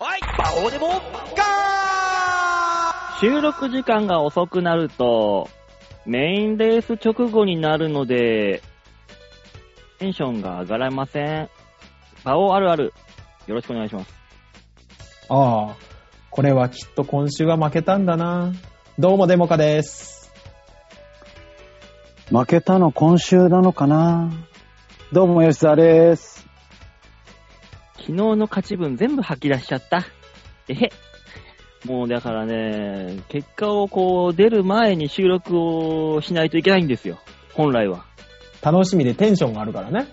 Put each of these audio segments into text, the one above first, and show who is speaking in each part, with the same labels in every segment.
Speaker 1: オでもガー
Speaker 2: 収録時間が遅くなると、メインレース直後になるので、テンションが上がらません。バオあるある、よろしくお願いします。
Speaker 3: ああ、これはきっと今週は負けたんだな。どうもデモカです。
Speaker 4: 負けたの今週なのかなどうも、吉沢です。
Speaker 2: 昨日の勝ち分全部吐き出しちゃった。えへ。もうだからね、結果をこう出る前に収録をしないといけないんですよ。本来は。
Speaker 3: 楽しみでテンションがあるからね。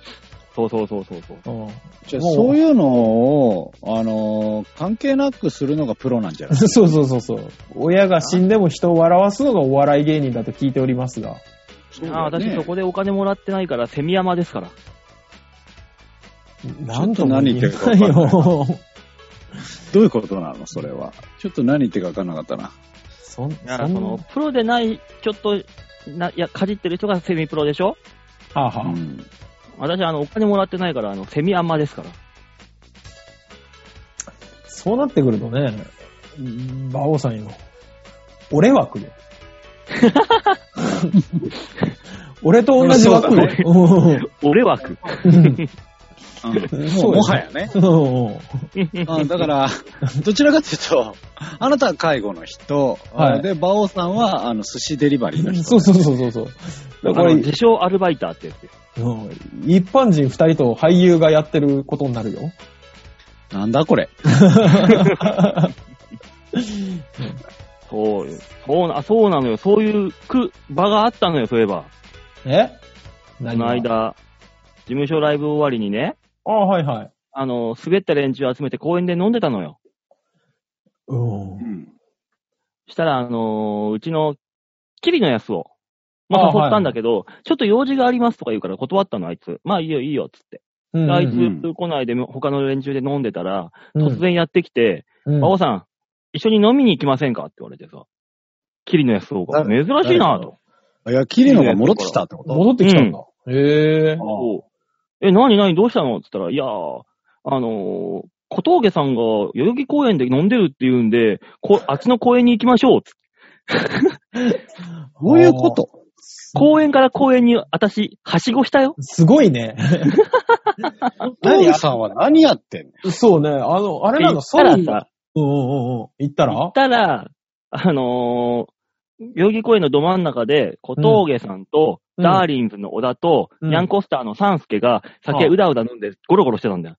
Speaker 2: そうそうそうそうそう。
Speaker 3: う
Speaker 4: じゃあ
Speaker 3: もう
Speaker 4: そういうのを、あのー関係なくするのがプロなんじゃない
Speaker 3: ん、 そうそうそうそう。親が死んでも人を笑わすのがお笑い芸人だと聞いておりますが。
Speaker 2: ああ、私そこでお金もらってないから、セミ山ですから。
Speaker 3: なん
Speaker 4: ちょっと何言ってるか分かんない
Speaker 3: よ。
Speaker 4: どういうことなのそれは。ちょっと何言ってか分かんなかったな。
Speaker 3: そん、
Speaker 2: だか
Speaker 3: そ
Speaker 2: らそ
Speaker 3: ん
Speaker 2: の
Speaker 3: な。、
Speaker 2: プロでない、ちょっと、な、いや、かじってる人がセミプロでしょ
Speaker 3: ああはあ
Speaker 4: うん
Speaker 2: 私、あの、お金もらってないから、あの、セミアンマですから。
Speaker 3: そうなってくるとね、馬王さんよ。俺枠よ。 俺と同じ枠よ。
Speaker 2: 俺枠。
Speaker 4: うん
Speaker 3: そう
Speaker 4: も
Speaker 3: よ
Speaker 4: うもはやね。
Speaker 3: うんうんうん
Speaker 4: うんだから、どちらかというと、あなたは介護の人、
Speaker 3: はい
Speaker 4: で、馬王さんは、あの、寿司デリバリーの人。
Speaker 3: そうそうそうそうそう。だか
Speaker 2: こ
Speaker 3: ら
Speaker 2: れ、
Speaker 3: こ
Speaker 2: 自称アルバイターってやつです。
Speaker 3: れ、うん一般人二人と俳優がやってることになるよ。
Speaker 4: なんだこれ。
Speaker 2: そうよ、そうな、そうなのよ。そういうく場があったのよ、そういえば。
Speaker 3: え
Speaker 2: こ
Speaker 3: 何
Speaker 2: の
Speaker 3: が。
Speaker 2: 間、事務所ライブ終わりにね、
Speaker 3: ああ、はいはい。
Speaker 2: あの、滑った連中集めて公園で飲んでたのよ。
Speaker 3: うん。
Speaker 4: うん
Speaker 2: したら、あのーうちの、キリのやつを、ま
Speaker 3: あ
Speaker 2: あ、
Speaker 3: はい
Speaker 2: 誘ったんだけど、ちょっと用事がありますとか言うから断ったの、あいつ。まあ、いいよ、いいよ、つって。
Speaker 3: う
Speaker 2: で
Speaker 3: ん
Speaker 2: あい
Speaker 4: うん
Speaker 2: つ、来ないで、他の連中で飲んでたら、
Speaker 3: うん
Speaker 2: 突然やってきて、
Speaker 3: うん
Speaker 2: 馬王さん、一緒に飲みに行きませんかって言われてさ、キリのやつをが、珍しいなと。
Speaker 4: いや、キリノが戻ってきたってこと
Speaker 3: 戻ってきたんだ。へえ。
Speaker 2: おうえ、なになにどうしたのって言ったら、いやー、あのー小峠さんが代々木公園で飲んでるって言うんで、こあっちの公園に行きましょうっつって。
Speaker 4: どういうこと
Speaker 2: 公園から公園に私、はしごしたよ。
Speaker 3: すごいね。
Speaker 4: 馬王さんは何やってんの
Speaker 3: そうね。あの、あ
Speaker 2: あ
Speaker 3: れなの、
Speaker 2: ったら
Speaker 3: ソニー
Speaker 2: さ、
Speaker 3: うんうんうん。行った
Speaker 2: 行
Speaker 3: ら
Speaker 2: ったら、あのー、代々木公園のど真ん中で、小峠さんと、
Speaker 3: うん
Speaker 2: ダーリンズの小田と、
Speaker 3: うん
Speaker 2: ニャンコスターのサンスケが、酒
Speaker 3: うん
Speaker 2: うだうだ飲んで、ゴロゴロしてたんだよ。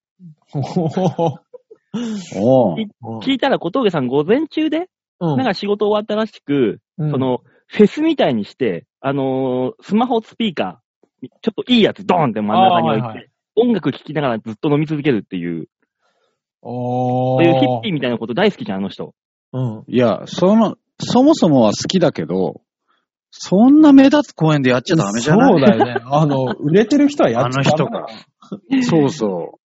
Speaker 4: おう
Speaker 2: 聞いたら小峠さん午前中で、
Speaker 3: うん
Speaker 2: なんか仕事終わったらしく、
Speaker 3: うん
Speaker 2: その、フェスみたいにして、あのースマホスピーカー、ちょっといいやつドーンって真ん中に置いて、
Speaker 3: あーはいはい
Speaker 2: 音楽聴きながらずっと飲み続けるっていう、
Speaker 3: お
Speaker 2: そう
Speaker 3: ー
Speaker 2: いうヒッピーみたいなこと大好きじゃん、あの人。
Speaker 3: うん。
Speaker 4: いや、その、そもそもは好きだけど、そんな目立つ公演でやっちゃダメじゃない
Speaker 3: そうだよね。あの、売れてる人はや
Speaker 4: あ
Speaker 3: っちゃ
Speaker 4: の
Speaker 3: ダメ
Speaker 4: 人が。そうそ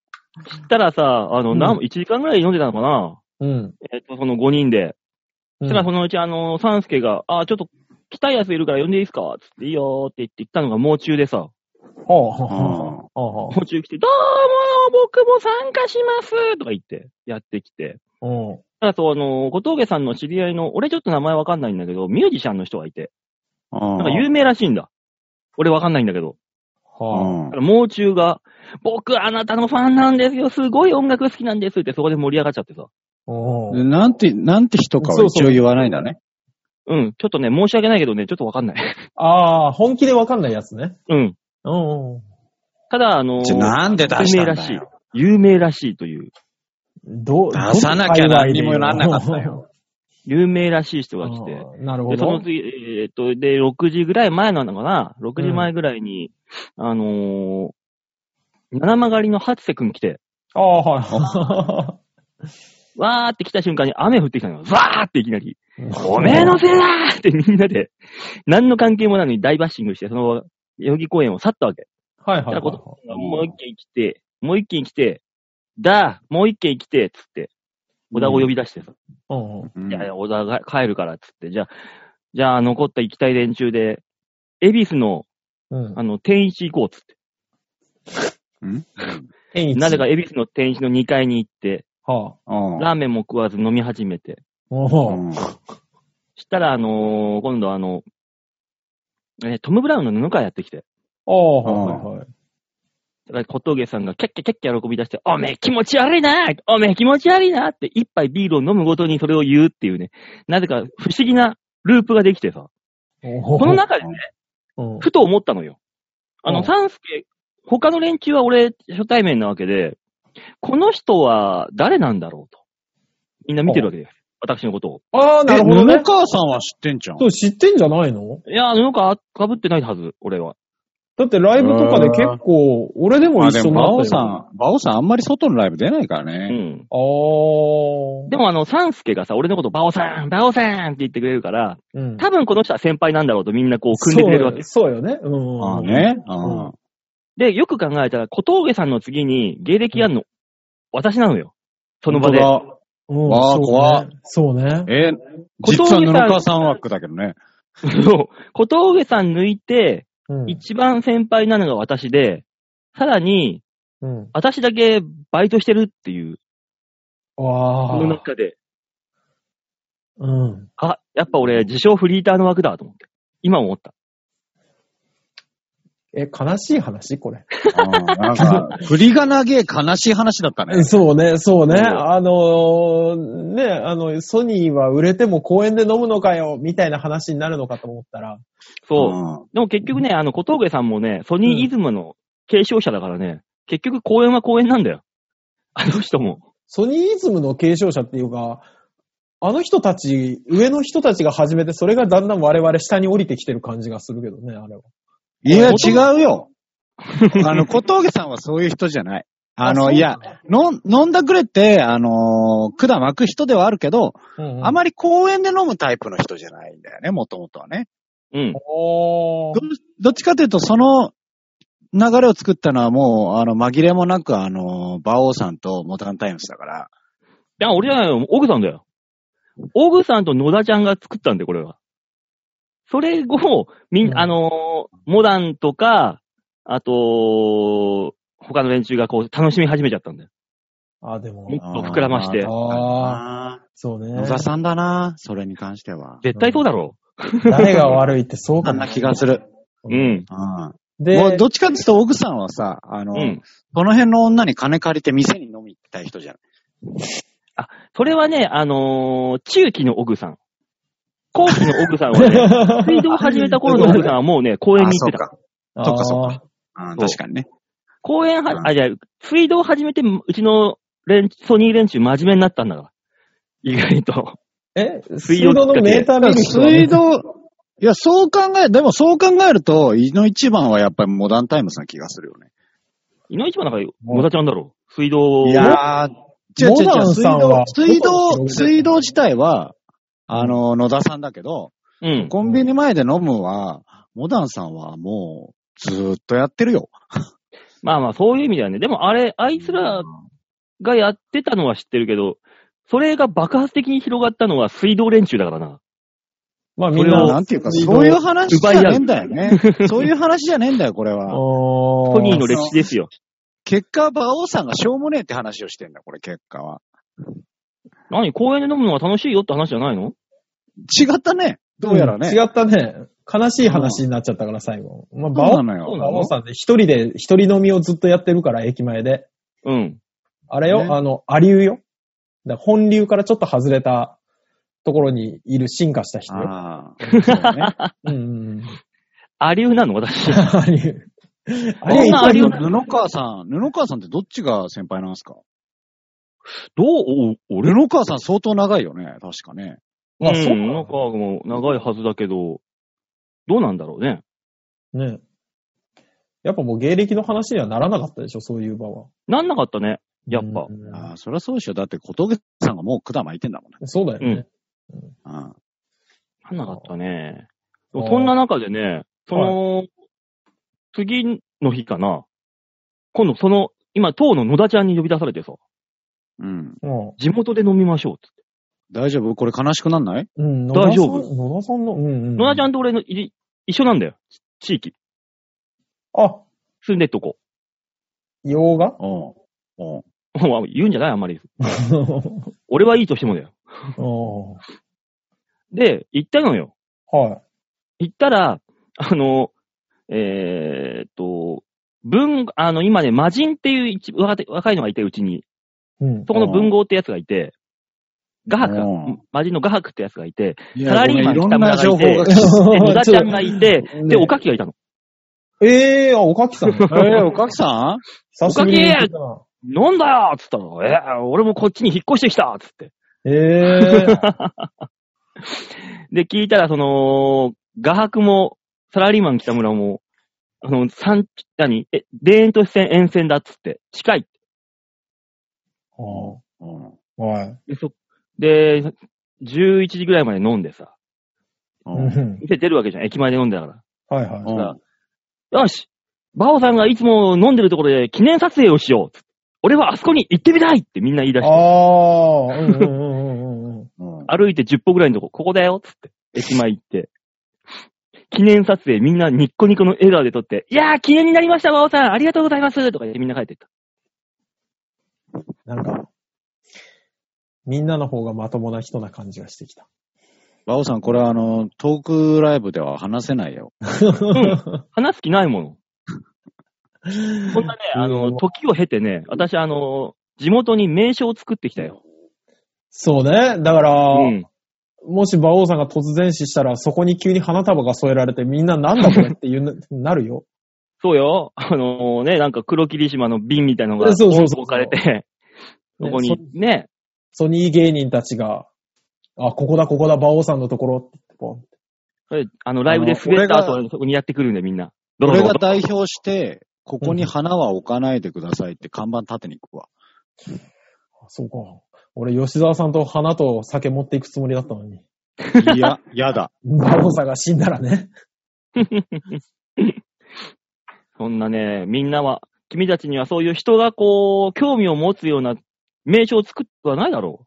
Speaker 2: 知ったらさ、あの、
Speaker 3: うん
Speaker 2: なん1時間ぐらい飲んでたのかな
Speaker 3: うん。
Speaker 2: えっと、その5人で。そ
Speaker 3: う
Speaker 2: したら
Speaker 3: ん
Speaker 2: そのうちあの、サンスケが、あ、ちょっと来たいやついるから呼んでいいですかつって、いいよーって言って行ったのが、もう中でさ、
Speaker 3: ほう
Speaker 4: う。う
Speaker 3: ほうほうんほ
Speaker 2: もう中来て、どうも、僕も参加しますとか言って、やってきて。
Speaker 3: うほう。
Speaker 2: ただそう、あの、小峠さんの知り合いの、俺ちょっと名前わかんないんだけど、ミュージシャンの人がいて、
Speaker 4: な
Speaker 2: なんか有名らしいんだ。俺わかんないんだけど。
Speaker 3: うん。はあ。
Speaker 2: だから、もう中が、僕あなたのファンなんですよ、すごい音楽好きなんですって、そこで盛り上がっちゃってさ。
Speaker 3: おー
Speaker 4: なんて、なんて人かは一応言わないんだね。
Speaker 2: うん、ちょっとね、申し訳ないけどね、ちょっとわかんない。
Speaker 3: ああ、本気でわかんないやつね。
Speaker 2: うん。
Speaker 3: うんうん。
Speaker 2: ただ、あの、
Speaker 4: じゃなんで出した
Speaker 2: 有名
Speaker 4: ん
Speaker 2: ら
Speaker 4: だ
Speaker 2: しい
Speaker 4: よ。
Speaker 2: 有名らしいという。
Speaker 3: どう、
Speaker 4: 出さなきゃ何にもなんなかったよ。
Speaker 2: 有名らしい人が来て。
Speaker 3: うんなるほ
Speaker 2: で、そ
Speaker 3: ど
Speaker 2: の。次、えーっと、で、6時ぐらい前なのかな ?6 時前ぐらいに、あのー、七曲りの八瀬くん来て、
Speaker 3: ああ、は
Speaker 2: わーって来た瞬間に雨降ってきたのよ。わーっていきなり。
Speaker 3: い。
Speaker 2: おめえのせいだーってみんなで、何の関係もないのに大バッシングして、その、代々木公園を去ったわけ。
Speaker 3: はいはいはい
Speaker 2: たこ
Speaker 3: は
Speaker 2: もう一軒来て、もう一軒来て、だー、もう一軒来て、つって、小田を呼び出してさ。
Speaker 3: い。うんうん
Speaker 4: うん
Speaker 2: いやいや、小田が帰るからっつって、じゃあ、じゃあ残った行きたい連中で、恵比寿の、
Speaker 3: うん
Speaker 2: あの、天一行こうっつって。
Speaker 4: うん
Speaker 3: 天一
Speaker 2: なぜか恵比寿の天一の2階に行って、
Speaker 3: はあ。
Speaker 4: うん。
Speaker 2: ラーメンも食わず飲み始めて。
Speaker 3: おお、
Speaker 4: うん
Speaker 2: したら、あのー今度あの、えートム・ブラウンの布川やってきて、
Speaker 3: ああ、はいは
Speaker 2: だ
Speaker 3: い。
Speaker 2: から小峠さんがキャッキャキャッキャ喜び出して、おめえ気持ち悪いなおめえ気持ち悪いなって一杯ビールを飲むごとにそれを言うっていうね、なぜか不思議なループができてさ、
Speaker 3: おお
Speaker 2: この中で
Speaker 3: うん
Speaker 2: ふと思ったのよ。あ
Speaker 3: う
Speaker 2: の、
Speaker 3: ん
Speaker 2: サンスケ、他の連中は俺、初対面なわけで、この人は誰なんだろうと。みんな見てるわけです。私のことを。
Speaker 3: ああ、な
Speaker 4: え、
Speaker 3: るほどね
Speaker 4: 布。川さんは知ってんじゃん。
Speaker 3: そう、知ってんじゃないの
Speaker 2: いやー、布川かぶってないはず、俺は。
Speaker 3: だってライブとかで結構、俺でも
Speaker 4: まあ
Speaker 3: 一
Speaker 4: で
Speaker 3: 緒に
Speaker 4: も、
Speaker 3: な
Speaker 4: 馬
Speaker 3: っ
Speaker 4: 王
Speaker 3: た
Speaker 4: さ
Speaker 3: よ。
Speaker 4: ん、馬王さんあんまり外のライブ出ないから
Speaker 2: う
Speaker 4: ね。
Speaker 2: ん。
Speaker 3: あー。
Speaker 2: でもあの、サンスケがさ、俺のこと、バオさん、バオさんって言ってくれるから、
Speaker 3: うん、
Speaker 2: 多分この人は先輩なんだろうとみんなこう、組んでくれるわけです。
Speaker 3: そうよそうよね。うん。
Speaker 4: まあ。ね。うんん。
Speaker 2: で、よく考えたら、小峠さんの次に芸歴やんの、私なのよ。その場で。
Speaker 4: 本当だ
Speaker 3: うん、
Speaker 4: わあ
Speaker 3: そうね
Speaker 4: 怖っ
Speaker 3: そうね。
Speaker 4: え、
Speaker 2: 小峠さ
Speaker 4: 実は
Speaker 2: ん
Speaker 4: 布川さん枠だけどね。
Speaker 2: そう小峠さん抜いて、
Speaker 3: うん。
Speaker 2: 一番先輩なのが私で、さらに、
Speaker 3: うん。
Speaker 2: 私だけバイトしてるっていう、こ
Speaker 3: わ
Speaker 2: の
Speaker 3: あ。
Speaker 2: 中で、
Speaker 3: うん。
Speaker 2: あ、やっぱ俺、自称フリーターの枠だと思って。今思った。
Speaker 3: え、悲しい話これ。
Speaker 4: うんなんか、 振りが長え悲しい話だったね。
Speaker 3: そうね、そうね。
Speaker 2: うん
Speaker 3: あのーね、あの、ソニーは売れても公園で飲むのかよ、みたいな話になるのかと思ったら。
Speaker 2: そう。
Speaker 4: う
Speaker 2: でも結局ね、あの、小峠さんもね、ソニーイズムの継承者だからね、結局公演は公演なんだよ。あの人も。
Speaker 3: ソニーイズムの継承者っていうか、あの人たち、上の人たちが始めて、それがだんだん我々下に降りてきてる感じがするけどね、あれは。
Speaker 4: ん。いや、違うよ。あの、小峠さんはそういう人じゃない。 あ
Speaker 3: そ
Speaker 4: の、
Speaker 3: う
Speaker 4: いや、飲ん飲んだくれって、あのー管巻く人ではあるけど、
Speaker 3: うんうん、
Speaker 4: あまり公園で飲むタイプの人じゃないんだよね、もともとはね。
Speaker 2: うん。
Speaker 3: おー
Speaker 4: どどっちかというと、その流れを作ったのはもう、あの、紛れもなく、あの、馬王さんとモダンタイムスだから。
Speaker 2: いや、俺じゃないよ。オグさんだよ。オグさんと野田ちゃんが作ったんだよ、これは。それを、みん、
Speaker 3: うん
Speaker 2: あのーモダンとか、あと、他の連中がこう、楽しみ始めちゃったんだよ。
Speaker 3: あ、でも
Speaker 2: も、っと膨らまして
Speaker 4: あー
Speaker 3: あそうね。
Speaker 4: 野田さんだな、それに関しては。
Speaker 2: 絶対そうだろ
Speaker 3: 誰が悪いってそう
Speaker 4: そ
Speaker 3: か
Speaker 4: ん
Speaker 3: な
Speaker 4: な。気がする。
Speaker 2: う。うん。
Speaker 4: うん。
Speaker 3: で、
Speaker 4: もうどっちかっていうと、奥さんはさ、あの、
Speaker 2: うん。
Speaker 4: この辺の女に金借りて店に飲み行きたい人じゃん。
Speaker 2: それはね、あのー中期のオグさん。後期のオグさんはね、水道を始めた頃のオグさんはもうね、公園に行ってた。
Speaker 4: あ。そっかそっ
Speaker 3: か。
Speaker 4: あー
Speaker 2: そう
Speaker 4: 確かにね。
Speaker 2: 公園は、
Speaker 4: うん
Speaker 2: あ、じゃあ水道を始めて、うちの連、ソニー連中真面目になったんだから。意外と。
Speaker 3: え、水
Speaker 2: 水
Speaker 3: 道
Speaker 2: 道
Speaker 3: のメーター見る人はね
Speaker 4: 水道、いや、そう考え、でもそう考えると、胃の一番はやっぱりモダンタイムスな気がするよね。
Speaker 2: いの一番なんか、野田ちゃんだろ。水道。
Speaker 4: いやー、違う違
Speaker 3: モ
Speaker 4: う
Speaker 3: ダ
Speaker 4: 違
Speaker 3: ン
Speaker 4: う、
Speaker 3: さんは
Speaker 4: 水
Speaker 3: どこ
Speaker 4: 道、水道、
Speaker 3: が
Speaker 4: 水道自体は、あの、野田さんだけど、
Speaker 2: うん。
Speaker 4: コンビニ前で飲むは、モダンさんはもう、ずーっとやってるよ。
Speaker 2: まあまあ、そういう意味だよね。でもあれ、あいつらがやってたのは知ってるけど、それが爆発的に広がったのは水道連中だからな。
Speaker 3: まあみ
Speaker 4: み
Speaker 3: ん
Speaker 4: んな、
Speaker 3: な、
Speaker 4: なんていうか、そういう話じゃねえんだよね。そういう話じゃねえんだよ、これ は。
Speaker 3: ソ
Speaker 2: ソニーの歴史ですよ。
Speaker 4: 結果、馬王さんがしょうもねえって話をしてんだ、これ、結果は。
Speaker 2: 何公園で飲むのは楽しいよって話じゃないの
Speaker 4: 違ったね。どうやらね。
Speaker 3: 違ったね。悲しい話になっちゃったから、最後。まあ、
Speaker 4: そ
Speaker 3: バ
Speaker 4: うな
Speaker 3: オ、
Speaker 4: の
Speaker 2: そう
Speaker 4: よ。
Speaker 2: なの
Speaker 3: バオさんで一人で、一人飲みをずっとやってるから、駅前で。
Speaker 2: うん。
Speaker 3: あれよ、
Speaker 4: ね
Speaker 3: あの、アリューよ。だから本流からちょっと外れたところにいる進化した人よ。
Speaker 4: ああ。そうね
Speaker 3: うんうんうん。
Speaker 2: アリューなの私。
Speaker 3: アリュー。ア
Speaker 4: あ
Speaker 3: リ
Speaker 2: ん
Speaker 3: ューいく
Speaker 4: れ、
Speaker 2: な
Speaker 3: ら
Speaker 2: アリュ
Speaker 3: の
Speaker 2: ー
Speaker 4: 布川さん、布川さんってどっちが先輩なんですか
Speaker 2: どうお俺
Speaker 4: 布川さん相当長いよね、確かね。
Speaker 3: まあそうか
Speaker 2: ん、なんかもう長いはずだけど、どうなんだろうね。
Speaker 3: ね。やっぱもう芸歴の話にはならなかったでしょ、そういう場は。
Speaker 2: なんなかったね。やっぱ
Speaker 3: う。ん
Speaker 4: ああ、そりゃそうでしょ。だって小峠さんがもう管巻いてんだもんね。
Speaker 3: そうだよね。
Speaker 4: ああ
Speaker 2: なんなかったね。
Speaker 3: あー
Speaker 2: そんな中でね、その、次の日かな。今度その、今、当の野田ちゃんに呼び出されてさ、
Speaker 4: うん。
Speaker 3: うん。
Speaker 2: 地元で飲みましょうっつって。
Speaker 4: 大丈夫これ悲しくなんない
Speaker 3: うん、
Speaker 2: 大丈夫
Speaker 3: 野田さんの、うんうん。
Speaker 2: 野田ちゃ
Speaker 3: ん。
Speaker 2: んと俺のい一緒なんだよ。地域。
Speaker 3: あ、
Speaker 2: 住んでっとこ。
Speaker 3: 洋画
Speaker 4: おうおう
Speaker 2: もう言うんじゃないあんまり。俺はいいとしてもだよ。
Speaker 3: おー
Speaker 2: で、行ったのよ。
Speaker 3: はい。
Speaker 2: 行ったら、あの、えーっと、文、あの、今ね、魔人っていう一若手若いのがいて、うちに。
Speaker 3: うん。
Speaker 2: そこの文豪ってやつがいて、画伯
Speaker 4: うん、
Speaker 2: 魔人の画伯ってやつがいて、
Speaker 4: い
Speaker 2: サラリーマン
Speaker 4: いろんな情報
Speaker 2: 北
Speaker 4: が来て。
Speaker 2: で、野田ちゃんがいて、で、お
Speaker 3: か、
Speaker 2: かきがいたの。
Speaker 3: ええー、あ、お かきさん。え
Speaker 4: えー、おかきさん
Speaker 3: 久しぶりに聞いたな
Speaker 2: なんだよっつったの。えー俺もこっちに引っ越してきたっつって。
Speaker 3: えー。
Speaker 2: で、聞いたら、その、画伯も、サラリーマン北村も、その、三、何、え、田園都市線沿線だっつって、近い。
Speaker 3: あー
Speaker 4: うん
Speaker 3: はい。
Speaker 2: で、そ、で、11時ぐらいまで飲んでさ、
Speaker 3: う
Speaker 4: うん
Speaker 3: ん
Speaker 2: 店出るわけじゃん、駅前で飲んでたか
Speaker 3: はいは
Speaker 4: うん
Speaker 2: ら。よしバオさんがいつも飲んでるところで記念撮影をしようっつって俺はあそこに行ってみたいってみんな言い出
Speaker 3: い。
Speaker 2: して、
Speaker 3: ああ、うんうんうんうんうんうん。
Speaker 4: うん
Speaker 2: 歩いて10歩ぐらいのとこ、ここだよっつって、駅前行って。記念撮影みんなニッコニコの笑顔で撮って、いやー記念になりました、バオさんありがとうございますとか言ってみんな帰ってった。
Speaker 3: なんか、みんなの方がまともな人な感じがしてきた。
Speaker 4: バオさん、これはあの、トークライブでは話せないよ。
Speaker 2: 話す気ないもの。こんなね、あ
Speaker 3: う
Speaker 2: の、
Speaker 3: ん
Speaker 2: 時を経てね、私あの、地元に名所を作ってきたよ。
Speaker 3: そうね。だから、
Speaker 2: うん。
Speaker 3: もし馬王さんが突然死したら、そこに急に花束が添えられて、みんななんだこれって言う、なるよ。
Speaker 2: そうよ。あのね、なんか黒霧島の瓶みたいなの
Speaker 3: え
Speaker 2: が、
Speaker 3: そうそうそう
Speaker 2: 置かれて、そこにね、
Speaker 3: ソニー芸人たちが、あ、ここだ、ここだ、馬王さんのところってポン
Speaker 2: それあの、ライブで滑った後、そこにやってくるんで、みんな。ドロド
Speaker 4: 俺
Speaker 2: ロ
Speaker 4: が代表して、ここに花は置かないでくださいって看板立てに行くわ。
Speaker 3: あそうか。俺、吉沢さんと花と酒持っていくつもりだったのに。
Speaker 4: い や、やだ。
Speaker 3: 馬王さんが死んだらね。
Speaker 2: そんなね、みんなは、君たちにはそういう人がこう、興味を持つような名称を作ってはないだろ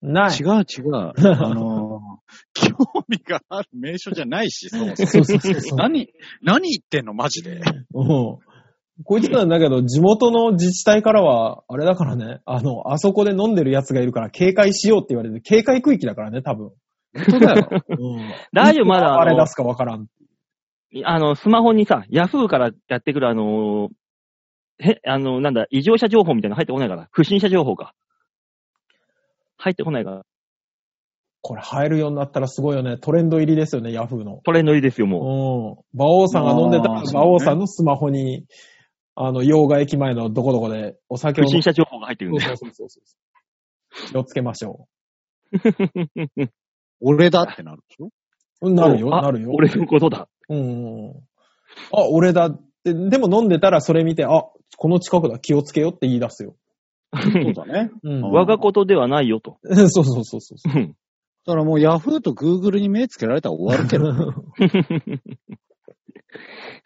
Speaker 3: ない。
Speaker 4: 違う違う。あの ー興味がある名所じゃないし、そもそも
Speaker 3: そうそうそうそう。
Speaker 4: 何、何言ってんのマジで。
Speaker 3: うん。こいつなんだけど、地元の自治体からは、あれだからね、あの、あそこで飲んでる奴がいるから警戒しようって言われて、警戒区域だからね、多分。
Speaker 4: 本当だ よ。
Speaker 3: うん。
Speaker 2: 大丈夫まだ
Speaker 3: あれ出すかわからん。
Speaker 2: う。あの、スマホにさ、ヤフーからやってくるあのー、へ、あの、なんだ、異常者情報みたいなの入ってこないから、不審者情報か。入ってこないから、
Speaker 3: これ入るようになったらすごいよね。トレンド入りですよね、ヤフーの。
Speaker 2: トレンドいいですよ、もう。
Speaker 3: うん。馬王さんが飲んでたら、
Speaker 4: あーそうね
Speaker 3: 馬王さんのスマホに、あの、洋賀駅前のどこどこでお酒を
Speaker 2: 不
Speaker 3: 飲
Speaker 2: 審者
Speaker 3: む。
Speaker 2: 情報が入ってくるんで。
Speaker 3: そうそうそうそう。気をつけましょ
Speaker 4: 俺だってなるでしょ
Speaker 3: う。うんなるよ、
Speaker 2: あ
Speaker 3: なるよ。
Speaker 2: 俺のことだ。
Speaker 3: うん。あ、俺だって、でも飲んでたらそれ見て、あ、この近くだ、気をつけよって言い出すよ。
Speaker 4: そうだね。
Speaker 3: うん。
Speaker 4: わ
Speaker 2: 我がことではないよと。
Speaker 3: そうそうそうそう。
Speaker 2: うん
Speaker 4: だからもうヤフーとグーグルに目つけられたら終わるけど。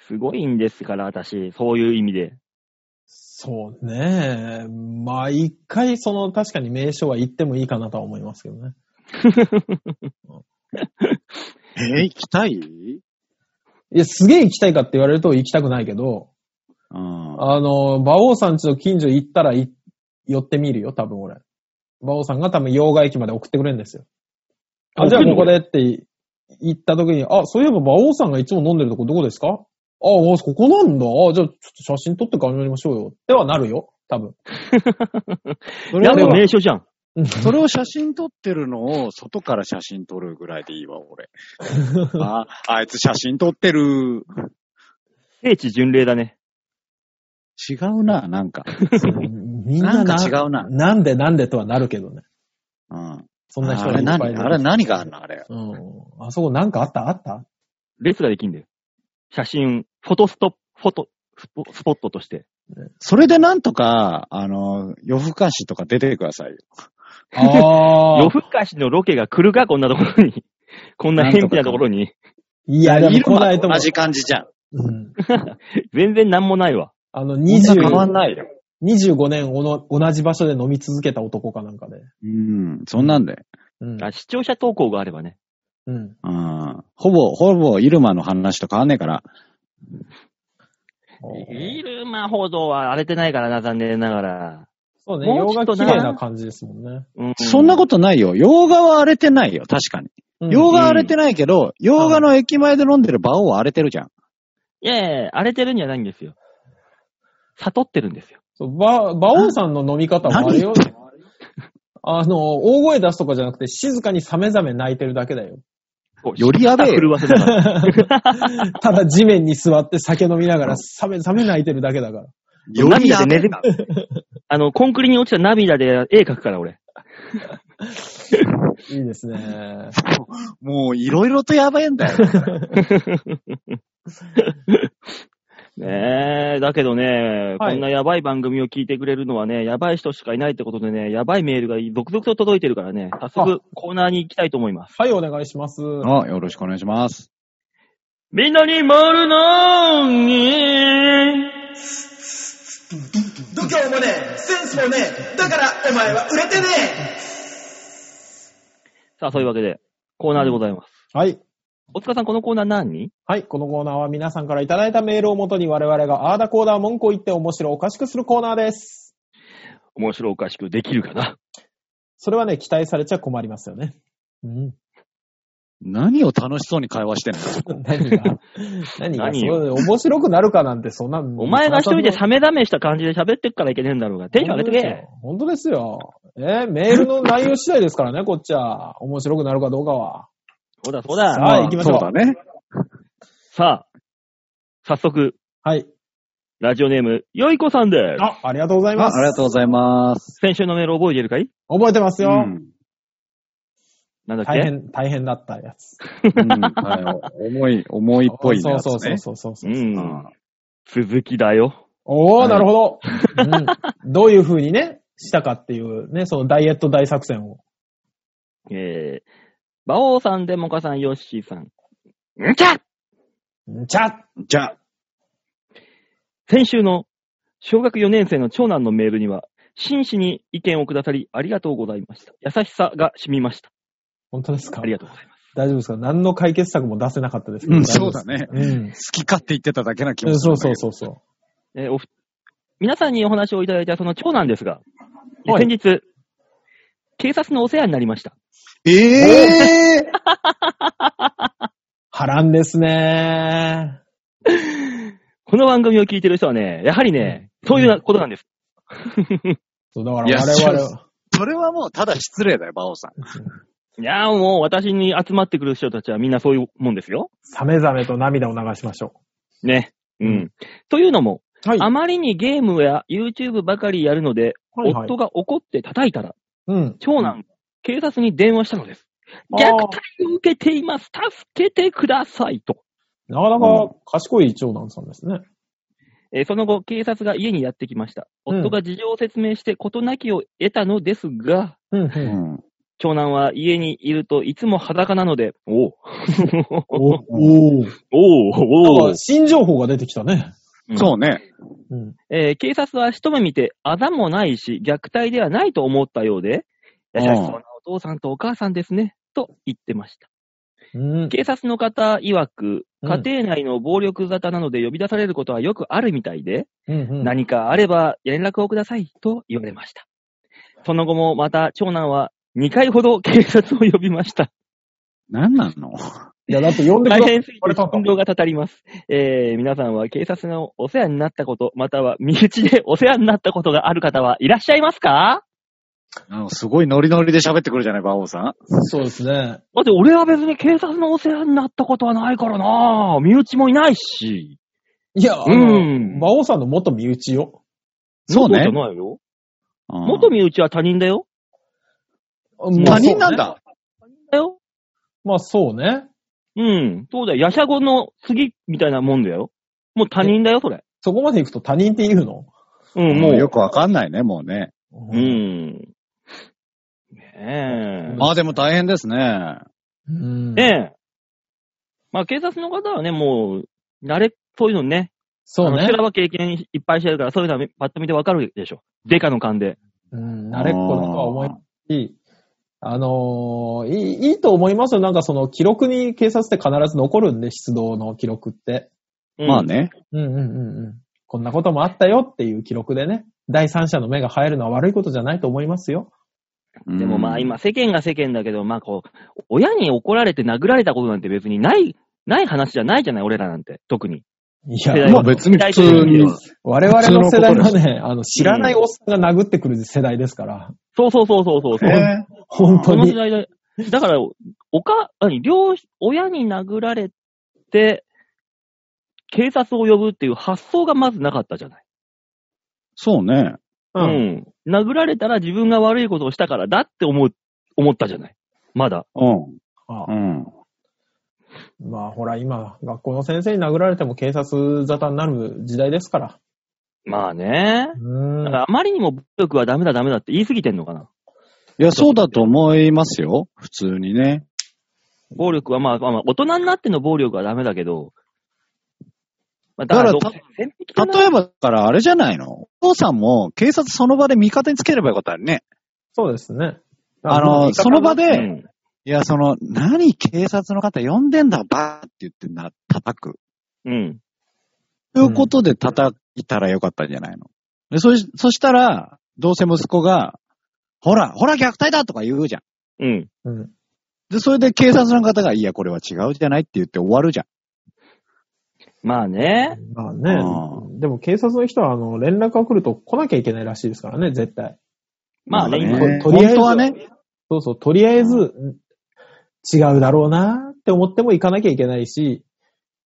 Speaker 2: すごいんですから、私。そういう意味で。
Speaker 3: そうね。まあ、一回、その、確かに名称は言ってもいいかなとは思いますけどね。
Speaker 4: えー、行きたい
Speaker 3: いや、すげえ行きたいかって言われると行きたくないけど、
Speaker 4: うん。
Speaker 3: あの、馬王さんちの近所行ったらい寄ってみるよ、多分俺。馬王さんが多分洋賀駅まで送ってくれるんですよ。あ、じゃあここでって行った時に、あ、そういえば馬王さんがいつも飲んでるとこどこですかあ、ここなんだ。あ、じゃあちょっと写真撮ってからやりましょうよ。ではなるよ、多 分。
Speaker 4: それ
Speaker 2: やっ
Speaker 4: はで
Speaker 2: ぱ
Speaker 4: も、
Speaker 2: 名所じゃん。
Speaker 4: それを写真撮ってるのを外から写真撮るぐらいでいいわ、 俺。あ、あいつ写真撮ってる。
Speaker 2: 聖地巡礼だね。
Speaker 4: 違うな、なんか。
Speaker 3: みんな
Speaker 4: な
Speaker 3: ん
Speaker 4: か
Speaker 3: な
Speaker 4: 違うな。
Speaker 3: なんでなんでとはなるけどね。
Speaker 4: うん。
Speaker 3: そんな人
Speaker 4: あ
Speaker 3: がい
Speaker 4: れ
Speaker 3: っぱい
Speaker 4: 何
Speaker 3: いる
Speaker 4: あれ何があんのあれ。
Speaker 3: うん。あそこなんかあったあった
Speaker 2: 列ができんだよ。写真、フォトストップ、フォトスポ、スポットとして。
Speaker 4: それでなんとか、あの、夜更かしとか出てくださいよ。
Speaker 3: あ
Speaker 2: 夜更かしのロケが来るか、こんなところに。 こんな偏僻なところに。
Speaker 3: いや、でも来ないと
Speaker 4: 同
Speaker 3: 思う。
Speaker 4: じ感じじゃん。
Speaker 3: うん
Speaker 2: 全然なんもないわ。
Speaker 3: あの、
Speaker 4: みんな変わ
Speaker 3: 20
Speaker 4: んないよ。
Speaker 3: 25年おの同じ場所で飲み続けた男かなんかで。
Speaker 4: うん、そんなんで。
Speaker 3: うん。
Speaker 2: あ視聴者投稿があればね。
Speaker 3: うん。
Speaker 4: うん。ほぼ、ほぼ、イルマの話と変わんねえから。
Speaker 2: イルマほどは荒れてないからな、残念ながら。
Speaker 3: そうね、
Speaker 2: も
Speaker 3: 洋
Speaker 2: うちょっ
Speaker 3: 画
Speaker 2: と
Speaker 3: 綺
Speaker 2: な
Speaker 3: 麗な感じですもんね。
Speaker 2: う
Speaker 4: そんなことないよ。洋画は荒れてないよ、確かに。
Speaker 3: うん
Speaker 4: 洋画は荒れてないけど、洋画の駅前で飲んでる馬王は荒れてるじゃん。
Speaker 2: いやいやいや荒れてるんじゃないんですよ。悟ってるんですよ。
Speaker 3: そう、ば、馬王さんの飲み方はあれよ
Speaker 4: 何。
Speaker 3: あの、大声出すとかじゃなくて、静かにサメザメ泣いてるだけだよ。
Speaker 4: よりやべえよ
Speaker 2: 震わせながら
Speaker 3: ただ地面に座って酒飲みながら、サメ、サメ泣いてるだけだから。
Speaker 2: 涙で寝てた。 あの、コンクリに落ちた涙で絵描くから、俺。
Speaker 3: いいですね。
Speaker 4: もういろいろとやばいんだよ。
Speaker 2: ねえ、だけどね、
Speaker 3: はい
Speaker 2: こんなやばい番組を聞いてくれるのはね、やばい人しかいないってことでね、やばいメールが続々と届いてるからね、早速コーナーに行きたいと思います。
Speaker 3: はい、お願いします。
Speaker 4: あよろしくお願いします。
Speaker 2: みんなに丸のに
Speaker 1: 度胸もねえセンスもねえだからお前は売れてね
Speaker 2: さあ、そういうわけで、コーナーでございます。
Speaker 3: はい。
Speaker 2: 大塚さん、このコーナー何
Speaker 3: はい、このコーナーは皆さんからいただいたメールをもとに我々がアーダコーダー文句を言って面白おかしくするコーナーです。
Speaker 2: 面白おかしくできるかな
Speaker 3: それはね、期待されちゃ困りますよね。 うん。
Speaker 4: 何を楽しそうに会話してんの
Speaker 3: 何が何が
Speaker 2: 何よ
Speaker 3: そう面白くなるかなんてそんな。
Speaker 2: お前が一人でサメダメした感じで喋ってっからいけねえんだろうが、テンション上げてけ
Speaker 3: 本当ですよ。えーメールの内容次第ですからね、こっちは。面白くなるかどうかは。
Speaker 2: そうだそうだ。
Speaker 3: はい行きましょう
Speaker 4: そうだね。
Speaker 2: さあ、早速、
Speaker 3: はい。
Speaker 2: ラジオネーム、よいこさんです。
Speaker 3: あ、ありがとうござい
Speaker 4: あ
Speaker 3: ま
Speaker 4: あ
Speaker 3: す。
Speaker 4: りがとうございます。
Speaker 2: 先週のメール覚えてるかい
Speaker 3: 覚えてます
Speaker 4: う
Speaker 3: よ、
Speaker 4: ん。
Speaker 2: なんだっ
Speaker 3: 大
Speaker 2: け
Speaker 3: 変、大変だったやつ。
Speaker 4: うんはい重い、重いっぽい
Speaker 3: そ
Speaker 4: や
Speaker 3: う
Speaker 4: つ
Speaker 3: そうそう
Speaker 4: ね。
Speaker 3: そうそうそうう。
Speaker 2: ん。続きだよ。
Speaker 3: おー、
Speaker 4: はい
Speaker 3: なるほど、うん。どういう風にね、したかっていうね、そのダイエット大作戦を。
Speaker 2: えー、馬王さん、デモカさん、ヨッシーさん。んちゃ
Speaker 3: ちゃっ
Speaker 4: じゃあ、
Speaker 2: 先週の小学4年生の長男のメールには、真摯に意見をくださり、ありがとうございました。優しさが染みました。
Speaker 3: 本当ですか
Speaker 2: ありがとうございます。
Speaker 3: 大丈夫ですか何の解決策も出せなかったですけど。
Speaker 4: うん、
Speaker 3: 大丈
Speaker 4: そ
Speaker 3: 夫
Speaker 4: う
Speaker 3: で
Speaker 4: だ
Speaker 3: す。
Speaker 4: ね。
Speaker 3: うん
Speaker 4: 好。き勝手言ってただけな気もす
Speaker 3: そ
Speaker 4: るん
Speaker 3: う
Speaker 4: だけ
Speaker 3: そ
Speaker 4: ど。
Speaker 3: うそうそう。
Speaker 2: えーおふ皆さんにお話をいただいたその長男ですが、えー
Speaker 3: はい
Speaker 2: 先日、警察のお世話になりました。
Speaker 4: ええ
Speaker 3: 波乱ですね。
Speaker 2: この番組を聞いてる人はね、やはりね、そういうなことなんです。
Speaker 3: そう、だか
Speaker 4: いや
Speaker 3: ら我
Speaker 4: そう
Speaker 3: 々
Speaker 4: です
Speaker 3: は、
Speaker 4: それはもうただ失礼だよ、馬王さん。
Speaker 2: いやーもう私に集まってくる人たちはみんなそういうもんですよ。
Speaker 3: サメザメと涙を流しましょ
Speaker 2: ね。うん。
Speaker 3: う
Speaker 2: というのも、
Speaker 3: う。はい。
Speaker 2: あまりにゲームや YouTube ばかりやるので、
Speaker 3: はいはい
Speaker 2: 夫が怒って叩いたら、
Speaker 3: うん。
Speaker 2: 長男、警察に電話したのです。
Speaker 3: あー
Speaker 2: 虐待を受けています。助けてください。と。
Speaker 3: なかなか賢い長男さんですね。
Speaker 2: えーその後、警察が家にやってきました。
Speaker 3: うん
Speaker 2: 夫が事情を説明して事なきを得たのですが、
Speaker 3: うん、う。
Speaker 4: うんん。
Speaker 2: 長男は家にいるといつも裸なので、 おう
Speaker 3: おおー
Speaker 2: お
Speaker 3: なんか新情報が出てきたね。
Speaker 2: うん
Speaker 4: そうね。
Speaker 3: うん。
Speaker 2: えー警察は一目見て、あざもないし、虐待ではないと思ったようで、
Speaker 4: う
Speaker 2: 優
Speaker 4: ん
Speaker 2: しそうなお父さんとお母さんですね、と言ってました。
Speaker 3: うん。
Speaker 2: 警察の方曰く、
Speaker 3: うん
Speaker 2: 家庭内の暴力沙汰なので呼び出されることはよくあるみたいで、
Speaker 3: うんうん。
Speaker 2: 何かあれば連絡をください、と言われました。その後もまた長男は2回ほど警察を呼びま した。
Speaker 4: 何なの
Speaker 3: いや、だって呼んでく
Speaker 2: 大
Speaker 3: ださ
Speaker 2: 変すぎて心臓がたたります。えー、皆さんは警察のお世話になったこと、または身内でお世話になったことがある方はいらっしゃいますか
Speaker 4: あのすごいノリノリで喋ってくるじゃない、馬王さん。
Speaker 3: そうですね。
Speaker 2: だって俺は別に警察のお世話になったことはないからな身内もいないし。
Speaker 3: いや、あの
Speaker 2: うん
Speaker 3: 馬王さんの元身内よ。
Speaker 4: そうね
Speaker 2: 元じゃないよ。元
Speaker 4: 元
Speaker 2: 身内は他人だよ。
Speaker 4: 他人なんだ。
Speaker 2: だよ。
Speaker 3: まあそうね。
Speaker 2: うん。そうだよ。ヤシャゴの杉みたいなもんだよ。もう他人だよ、それ。
Speaker 3: そこまで行くと他人って言うの
Speaker 2: うん、も
Speaker 4: もう
Speaker 2: う。
Speaker 4: よくわかんないね、もうね。
Speaker 2: う。ん。ねえ。
Speaker 4: まあでも大変ですね。
Speaker 3: うん。
Speaker 2: ねえ。まあ、警察の方はね、もう、慣れ、そういうのね。
Speaker 3: そう
Speaker 2: あの
Speaker 3: ね
Speaker 2: 修。羅は経験いっぱいしてるから、そういうのはパッと見てわかるでしょ。デカの勘で。
Speaker 3: うん。慣れっこだとは思いますし、あのーいい、いいと思いますよ。なんかその記録に警察って必ず残るんで、出動の記録って。
Speaker 2: うん
Speaker 4: まあ。ね。
Speaker 3: うんうんうんうん。こんなこともあったよっていう記録でね、第三者の目が入るのは悪いことじゃないと思いますよ。
Speaker 2: でもまあ今、世間が世間だけど、まあこう、親に怒られて殴られたことなんて別にない、ない話じゃないじゃない、俺らなんて、特に。
Speaker 3: い
Speaker 2: 世
Speaker 3: や、
Speaker 2: 代
Speaker 3: も
Speaker 4: ま
Speaker 3: う
Speaker 4: あ別に普通に。
Speaker 3: 我々の世代は
Speaker 4: 普通
Speaker 3: ね、あの、知らないおっさんが殴ってくる世代ですから、
Speaker 2: そうそうそうそう そうそう。
Speaker 4: えー
Speaker 3: 本当
Speaker 2: この時
Speaker 3: に。
Speaker 2: 代だ、だから、おか、何、両、親に殴られて、警察を呼ぶっていう発想がまずなかったじゃない。
Speaker 4: そうね。
Speaker 2: う
Speaker 3: う。
Speaker 2: んん。殴られたら自分が悪いことをしたからだって思う、思ったじゃない。まだ。
Speaker 4: うん。
Speaker 3: あ
Speaker 4: うん。
Speaker 3: まあ、ほら、今、学校の先生に殴られても警察沙汰になる時代ですから。
Speaker 2: まあね
Speaker 3: う。
Speaker 2: だ
Speaker 3: ー
Speaker 2: か
Speaker 3: ん。
Speaker 2: らあまりにも武力はダメだダメだって言い過ぎてんのかな。
Speaker 4: いや、そうだと思いますよ。普通にね。
Speaker 2: 暴力はまあまあまあ、大人になっての暴力はダメだけど、まあ、
Speaker 4: だからた
Speaker 2: 独占的かな
Speaker 4: 例えば、だからあれじゃないのお父さんも警察その場で味方につければよかったのにね。
Speaker 3: そうですね。
Speaker 4: あの、その場で、
Speaker 2: うん
Speaker 4: いや、その、何警察の方呼んでんだ、ばーって言ってな、叩く。
Speaker 2: うん。
Speaker 4: ということで叩いたらよかったんじゃないの、でそし、そしたら、どうせ息子が、ほら、ほら虐待だとか言うじゃん。
Speaker 2: うん。
Speaker 3: うん。
Speaker 4: で、それで警察の方が、いや、これは違うじゃないって言って終わるじゃん。
Speaker 2: まあね。
Speaker 3: まあね
Speaker 4: あ、
Speaker 3: でも警察の人は、あの、連絡が来ると来なきゃいけないらしいですからね、絶対。
Speaker 2: まあね、
Speaker 4: まあ
Speaker 2: 今
Speaker 4: ね
Speaker 3: とりあえず
Speaker 4: 本当はね
Speaker 3: そうそう、とりあえず、違うだろうなって思っても行かなきゃいけないし、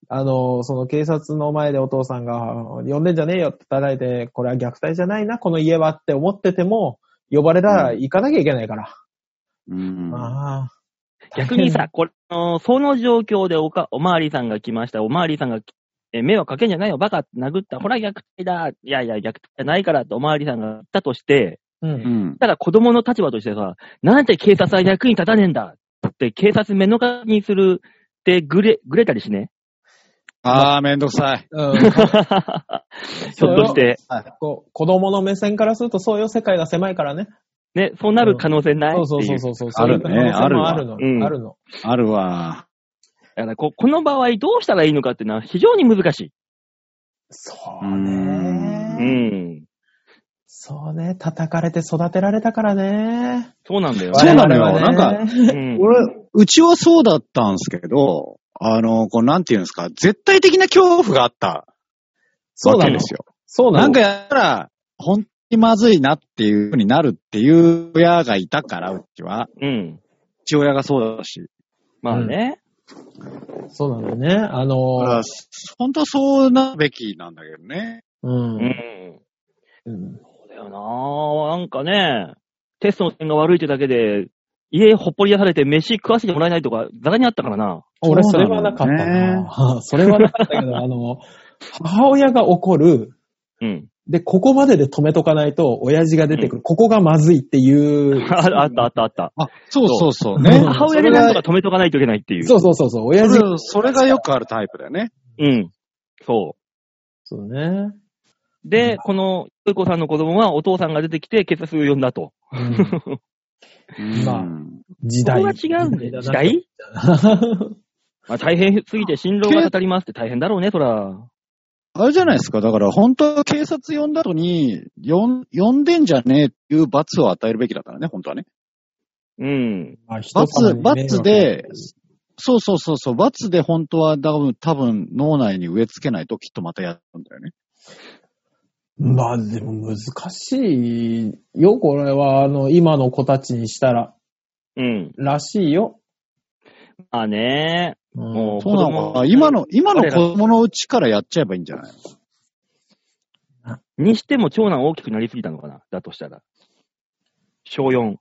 Speaker 3: あの、その警察の前でお父さんが、呼んでんじゃねえよって叩いて、これは虐待じゃないな、この家はって思ってても、呼ばれたら行かなきゃいけないから。
Speaker 4: うん。
Speaker 3: まあ、
Speaker 2: 逆にさ、これ、あのその状況でおか、おまわりさんが来ました、おまわりさんが、え、迷惑かけんじゃないよ、バカ殴った、ほら虐待だ、いやいや、虐待じゃないからっておまわりさんが言ったとして、
Speaker 3: う。
Speaker 4: うんん。
Speaker 2: ただ子供の立場としてさ、なんて警察は役に立たねえんだって、警察目の敵にするってぐれ、ぐれたりしね。
Speaker 4: あー、めんどくさい。
Speaker 3: う ん、
Speaker 2: ひょっとして、
Speaker 3: こう子供の目線からするとそういう世界が狭いからね。
Speaker 2: ね、そうなる可能性ないって
Speaker 3: そ
Speaker 2: いう。
Speaker 3: そうそううそうそう。
Speaker 4: あるね
Speaker 3: そういう可能性もあるの。
Speaker 2: るわうん
Speaker 3: あるの。
Speaker 4: あるわ。
Speaker 2: だからこ、この場合どうしたらいいのかっていうのは非常に難しい。
Speaker 3: そう
Speaker 2: う
Speaker 3: ね。
Speaker 2: ん。
Speaker 3: そうね。叩かれて育てられたからね。
Speaker 2: そうなんだよ。
Speaker 4: そうなのよ
Speaker 3: 我々はね
Speaker 4: なん
Speaker 2: うん
Speaker 4: 俺、うちはそうだったんですけど、あの、こう、なんていうんですか、絶対的な恐怖があった
Speaker 3: そう
Speaker 4: わ
Speaker 3: な
Speaker 4: け
Speaker 3: の
Speaker 4: ですよ。
Speaker 3: そうな
Speaker 4: なん
Speaker 3: の
Speaker 4: かやったら、本当にまずいなっていう風になるっていう親がいたから、うちは。
Speaker 2: うん。
Speaker 4: 父親がそうだし。
Speaker 2: まあね。
Speaker 3: そうなのね。あの
Speaker 4: だか
Speaker 3: ー、
Speaker 4: ら本当はそうなるべきなんだけどね。
Speaker 3: うん
Speaker 2: う。ん。
Speaker 3: うん
Speaker 2: そうだよなぁ。なんかね、テストの点が悪いってだけで、家ほっぽり出されて飯食わせてもらえないとか、ざらにあったからな。
Speaker 3: 俺、それはなかったな。 それはなかったけど、あの、母親が怒る。
Speaker 2: うん。
Speaker 3: で、ここまでで止めとかないと、親父が出てくる。ここがまずいっていう。
Speaker 2: ああったあったあった。
Speaker 4: あ、そうそうそう
Speaker 3: う
Speaker 4: ね。
Speaker 3: ん
Speaker 2: 母親でなんとか止めとかないといけないっていう。
Speaker 3: そうそうそうそう。
Speaker 4: そ
Speaker 3: 親父
Speaker 4: れ。がそれがよくあるタイプだよね。
Speaker 2: うん。そ
Speaker 3: そうね。
Speaker 2: う。で、この、ゆうこさんの子供はお父さんが出てきて警察を呼んだと。
Speaker 3: うんまあ
Speaker 4: うん
Speaker 3: 時
Speaker 2: そ
Speaker 3: 代。
Speaker 2: こが違うんだよ。時 代まあ、大変すぎて心労が語りますって大変だろうね、そら。
Speaker 4: あれじゃないですか。だから本当は警察呼んだ後に、呼ん呼んでんじゃねえっていう罰を与えるべきだったらね、本当はね。
Speaker 2: うん。
Speaker 3: まあ人様
Speaker 4: 罰、
Speaker 3: に迷惑
Speaker 4: 罰で、そうそうそうそう、罰で本当は多分、多分脳内に植え付けないときっとまたやるんだよね。
Speaker 3: まあでも難しいよ、これは、あの、今の子たちにしたら、
Speaker 2: うん。
Speaker 3: らしいよ。
Speaker 2: まあね、
Speaker 3: うん
Speaker 2: もう
Speaker 4: そ
Speaker 2: 子
Speaker 4: うな
Speaker 2: 供
Speaker 4: のかな。今の、今の
Speaker 2: 彼
Speaker 4: 子
Speaker 2: ら
Speaker 4: 供のうちからやっちゃえばいいんじゃない
Speaker 2: にしても長男大きくなりすぎたのかな。だとしたら。小4。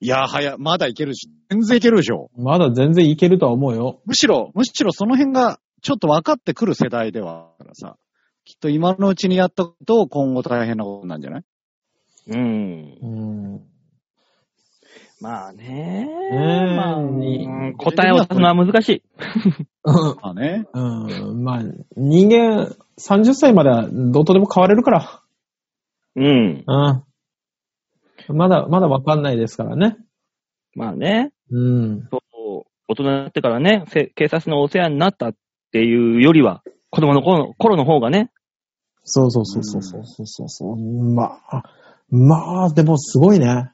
Speaker 4: いや、早い、まだいけるし、全然いけるでしょ。
Speaker 3: まだ全然いけるとは思うよ。
Speaker 4: むしろ、むしろその辺が、ちょっと分かってくる世代ではあるからさ、きっと今のうちにやっとくと、今後大変なことなんじゃない
Speaker 2: うん。
Speaker 3: うん。
Speaker 2: まあね
Speaker 3: え
Speaker 2: まあ、
Speaker 3: に
Speaker 2: うん答えを出すのは難しい。
Speaker 4: まあね。
Speaker 3: うん。まあ、人間、30歳まではどうとでも変われるから。
Speaker 2: うん。
Speaker 3: うん。まだ、まだわかんないですからね。
Speaker 2: まあね、
Speaker 3: うん。
Speaker 2: そう、大人になってからね、せ警察のお世話になったっていうよりは、子供の頃頃の方がね、
Speaker 3: そうそうそうそうそうそうそうまあ、まあ、でもすごいね。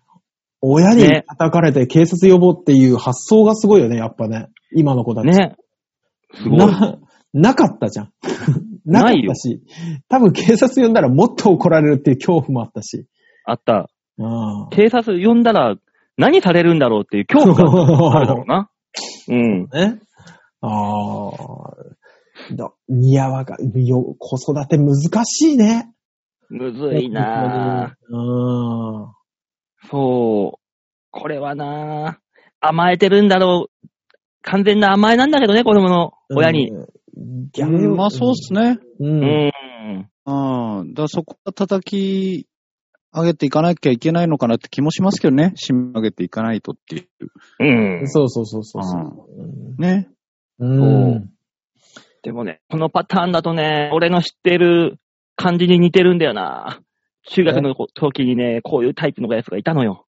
Speaker 3: 親に
Speaker 2: ね
Speaker 3: 叩かれて警察呼ぼうっていう発想がすごいよね、やっぱね。今の子たち。
Speaker 2: ね。すごい。
Speaker 3: な、なかった じゃん。なかったし。多分警察呼んだらもっと怒られるっていう恐怖もあったし。
Speaker 2: あった。
Speaker 3: うん。
Speaker 2: 警察呼んだら何されるんだろうっていう恐怖があるだろ うな。うん。
Speaker 3: ね。ああ。だいや、わか、よ、子育て難しいね。
Speaker 2: むずいな
Speaker 3: うん。
Speaker 2: ぁ。そう。これはなぁ。甘えてるんだろう。完全な甘えなんだけどね、子供の親に。
Speaker 3: うん。
Speaker 4: う
Speaker 3: 逆に
Speaker 4: ん、まあそうっすね。
Speaker 3: う。
Speaker 2: うんん。
Speaker 4: うん。だからそこは叩き上げていかなきゃいけないのかなって気もしますけどね。締め上げていかないとっていう。
Speaker 2: うん。
Speaker 3: そうそうそうそうそう。
Speaker 4: ね。
Speaker 3: うん。
Speaker 2: でもね、このパターンだとね、俺の知ってる感じに似てるんだよな中学の時にね、こういうタイプのやつがいたのよ。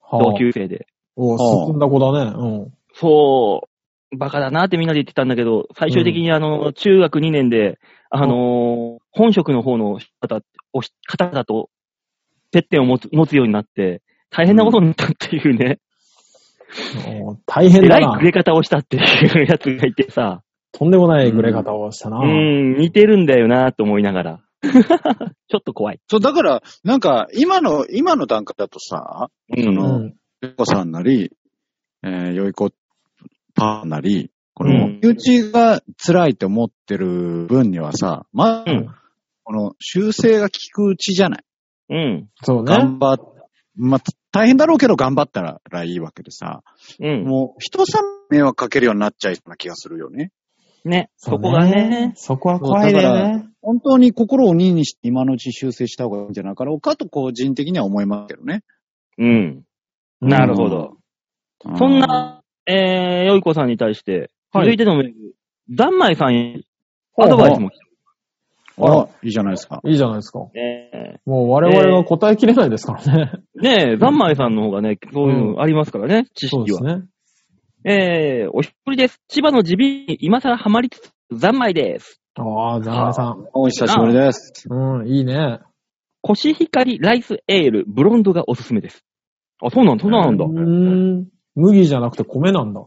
Speaker 3: はあ
Speaker 2: 同級生で。
Speaker 3: お進んだ子だね。うん。
Speaker 2: そう、バカだなってみんなで言ってたんだけど、最終的にあの、中学2年で、あのー本職の方の方、おし方だと、接点を持つ持つようになって、大変なことになったっていうね、
Speaker 3: おー大変
Speaker 2: え
Speaker 3: だ
Speaker 2: らい
Speaker 3: な
Speaker 2: く。れ方をしたっていうやつがいてさ、
Speaker 3: とんでもないぐれ方をしたな。
Speaker 2: うん、似てるんだよなと思いなが ら。ちょっと怖い。
Speaker 4: そう、だから、なんか、今の、今の段階だとさ、
Speaker 2: うん
Speaker 4: そうの
Speaker 3: ん。
Speaker 4: よいこさんなり、えー、よいこパーなり、こ
Speaker 2: う
Speaker 4: の
Speaker 2: ん、
Speaker 4: 身内が辛いと思ってる分にはさ、ま
Speaker 2: う
Speaker 4: あ
Speaker 2: ん、
Speaker 4: この、修正が効くうちじゃない。
Speaker 2: うん、
Speaker 3: そうね。
Speaker 4: 頑張っ、まあ、大変だろうけど頑張ったらいいわけでさ、
Speaker 2: うん。
Speaker 4: もう、人さん迷惑かけるようになっちゃいそうな気がするよね。
Speaker 2: ね、
Speaker 3: う
Speaker 2: そこがね。。
Speaker 3: そこは怖いね。
Speaker 4: そうだか本当に心を2にして今のうち修正した方がいいんじゃないかろうかと個人的には思いますけどね。
Speaker 2: うん。
Speaker 3: うん
Speaker 2: なるほど。そんな、えー、よいこさんに対して、
Speaker 3: はい
Speaker 2: 続いてのメール、ざんまいさんへアドバイスも来て
Speaker 4: うん。あら、いいじゃないですか。
Speaker 3: いいじゃないですか。も
Speaker 2: るね。
Speaker 3: う我々は答えきれないですからね。
Speaker 2: ねえ、ざんまいさんの方がね、そういうのありますからね、知
Speaker 3: そう
Speaker 2: 識
Speaker 3: です
Speaker 2: は。
Speaker 3: ね。
Speaker 2: えー、お一人です。千葉の地味に今更ハマりつつ、ざんまいです。
Speaker 3: ああ、ザナさん。
Speaker 4: お久しぶりです。
Speaker 3: うん、いいね。
Speaker 2: コシヒカリライスエール、ブロンドがおすすめです。あ、そうなんだ、そうなんだ。
Speaker 3: うーん。麦じゃなくて米なんだ。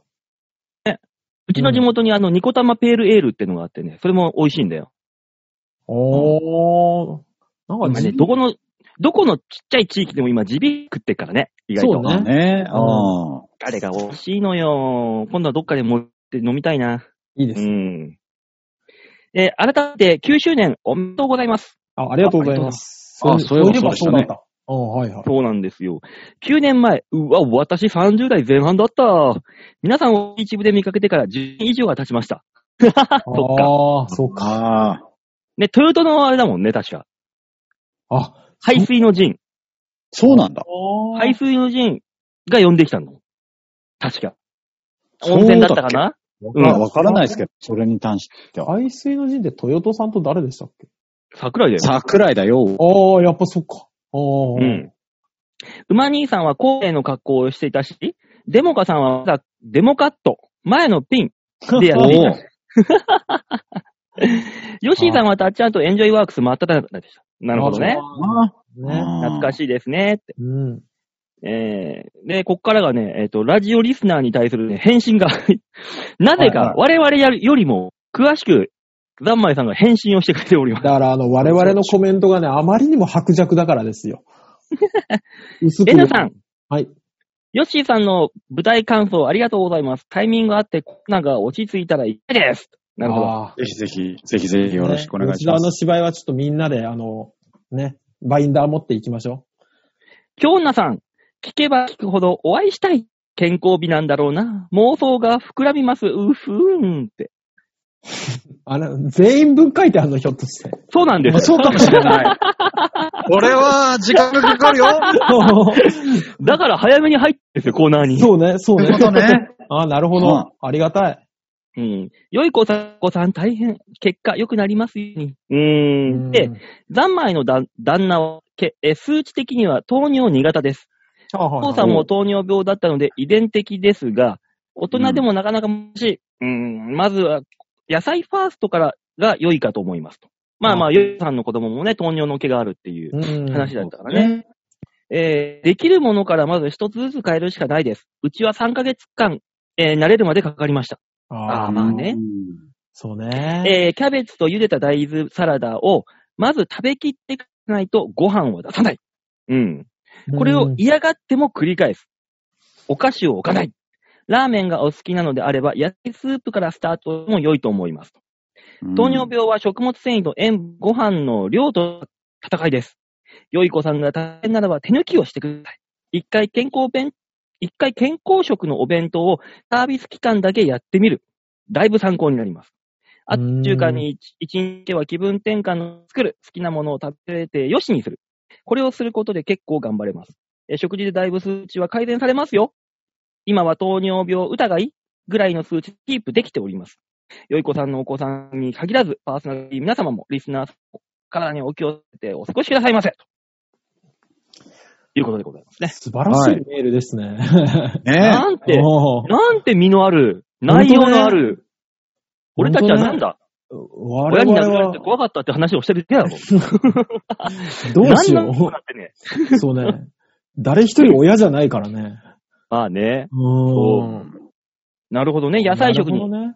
Speaker 2: うちの地元にあの、ニコタマペールエールってのがあってね、それも美味しいんだよ。
Speaker 3: おー。なんか
Speaker 2: 今ね、
Speaker 3: じ
Speaker 2: どこの、どこのちっちゃい地域でも今、地ビ食ってっからね、意外と。
Speaker 3: そうね
Speaker 4: ね。
Speaker 3: う
Speaker 4: あ
Speaker 2: あれが美味しいのよ。今度はどっかで持って飲みたいな。
Speaker 3: いいで
Speaker 2: う
Speaker 3: す。
Speaker 2: ん。えー改めて9周年おめでとうございます。
Speaker 3: あ、ありがとうございます。
Speaker 4: あそういえば
Speaker 3: そ
Speaker 4: そうう
Speaker 3: だっ
Speaker 4: でしたね
Speaker 3: た。あはいはい。
Speaker 2: そうなんですよ。9年前、うわ、私30代前半だった。皆さんを一部で見かけてから10年以上が経ちました。そっか。
Speaker 3: ああ、そうか。
Speaker 4: あ。ああ。
Speaker 2: ね、トヨタのあれだもんね、確か。
Speaker 3: あ、
Speaker 2: 排水の陣。
Speaker 4: そうなんだ。
Speaker 2: 排水の陣が呼んできたの。確か。温泉だったかなうん
Speaker 4: まあ、わからないですけど、それに関しては。
Speaker 3: 海水の陣で豊戸さんと誰でしたっけ
Speaker 2: 桜井だよ。
Speaker 4: 桜井だよ。
Speaker 3: ああ、やっぱそっか。ああ、
Speaker 2: うん。馬兄さんは高齢の格好をしていたし、デモカさんはまだデモカット、前のピンでやっていた。 ヨッシーさんはタッチアンとエンジョイワークス真っただ中でした。 なるほどね。
Speaker 4: あ
Speaker 3: あね。
Speaker 2: 懐か
Speaker 4: い。
Speaker 2: しいですねって。
Speaker 3: うん。
Speaker 2: えー、で、こっからがね、えっ、と、ラジオリスナーに対する、ね、返信が、 なぜか我々やるよりも詳しく、ザンマイさんが返信をしてくれておりま
Speaker 3: だ
Speaker 2: す。
Speaker 3: から、あの、我々のコメントがね、あまりにも薄弱だからですよ。薄く。
Speaker 2: N さん。
Speaker 3: はい。
Speaker 2: ヨッシーさんの舞台感想ありがとうございます。タイミングあって、コロナが落ち着いたらいいです。なるほど。
Speaker 3: ああ
Speaker 4: ぜひぜひ、ぜひぜひよろしくお願いし
Speaker 3: ね吉田
Speaker 4: ま
Speaker 3: の
Speaker 4: す。
Speaker 3: 芝居はちょっとみんなで、あの、ね、バインダー持っていきましょ
Speaker 2: 京女さん、聞けば聞くほどお会いしたい。健康美なんだろうな。妄想が膨らみます。うふーんって。
Speaker 3: う。あの、全員分書いてあるの、ひょっとして。
Speaker 2: そうなんです。
Speaker 4: そうかもしれない。 これは、時間がかかるよ。
Speaker 2: だから早めに入ってんですよ、コーナーに。
Speaker 3: そうね、そうね。
Speaker 4: そういうことね。
Speaker 3: ああ、なるほ
Speaker 4: うん
Speaker 3: ど。ありがたい。
Speaker 2: うん。良い子さん、子さん大変。結果良くなりますように。うーん。で、三枚の旦旦那は、けえ数値的には糖尿苦手です。お父
Speaker 3: 父
Speaker 2: さんも糖尿病だったので遺伝的ですが、大人でもなかなか難しい。うーん、まずは、野菜ファーストからが良いかと思いますと。まあまあ、ヨウさんの子供もね、糖尿の毛があるっていう
Speaker 3: うん。
Speaker 2: 話だったからね。えーできるものからまず一つずつ変えるしかないです。うちは3ヶ月間、えー慣れるまでかかりました。
Speaker 3: あ
Speaker 2: あ
Speaker 3: あ、
Speaker 2: まあね
Speaker 4: うん。
Speaker 3: そうね。
Speaker 2: えーキャベツと茹でた大豆サラダを、まず食べきっていかないとご飯を出さない。うん。これを嫌がっても繰り返す。お菓子を置かない。ラーメンがお好きなのであれば、野菜スープからスタートも良いと思います。
Speaker 4: うん
Speaker 2: 糖尿病は食物繊維と塩、ご飯の量と戦いです。良い子さんが大変ならば手抜きをしてください。一回健康弁、一回健康食のお弁当をサービス期間だけやってみる。だいぶ参考になります。あと
Speaker 3: うん
Speaker 2: 中間に一一日は気分転換を作る。好きなものを食べてよしにする。これをすることで結構頑張れます。え食事でだいぶ数値は改善されますよ。今は糖尿病疑いぐらいの数値キープできております。よいこさんのお子さんに限らず、パーソナリティ皆様もリスナーさんも体にお気をつけてお過ごしくださいませ。ということでございますね。
Speaker 3: 素晴らしいメールですね。
Speaker 4: ね
Speaker 2: なんて、
Speaker 3: おー
Speaker 2: なんて身のある、内容のある、俺たちはなんだ、
Speaker 3: 我
Speaker 2: 親に
Speaker 3: 々
Speaker 2: 殴られて
Speaker 3: は
Speaker 2: 怖かったって話をしてるだけだろ。
Speaker 3: どうし
Speaker 2: 何なんだろう
Speaker 3: よ
Speaker 2: なってね。
Speaker 3: う。そうね。誰一人親じゃないからね。
Speaker 2: まあね。
Speaker 3: う
Speaker 2: そ
Speaker 3: ーん。
Speaker 2: なるほどね。野菜食
Speaker 3: な
Speaker 2: に
Speaker 3: るほどね。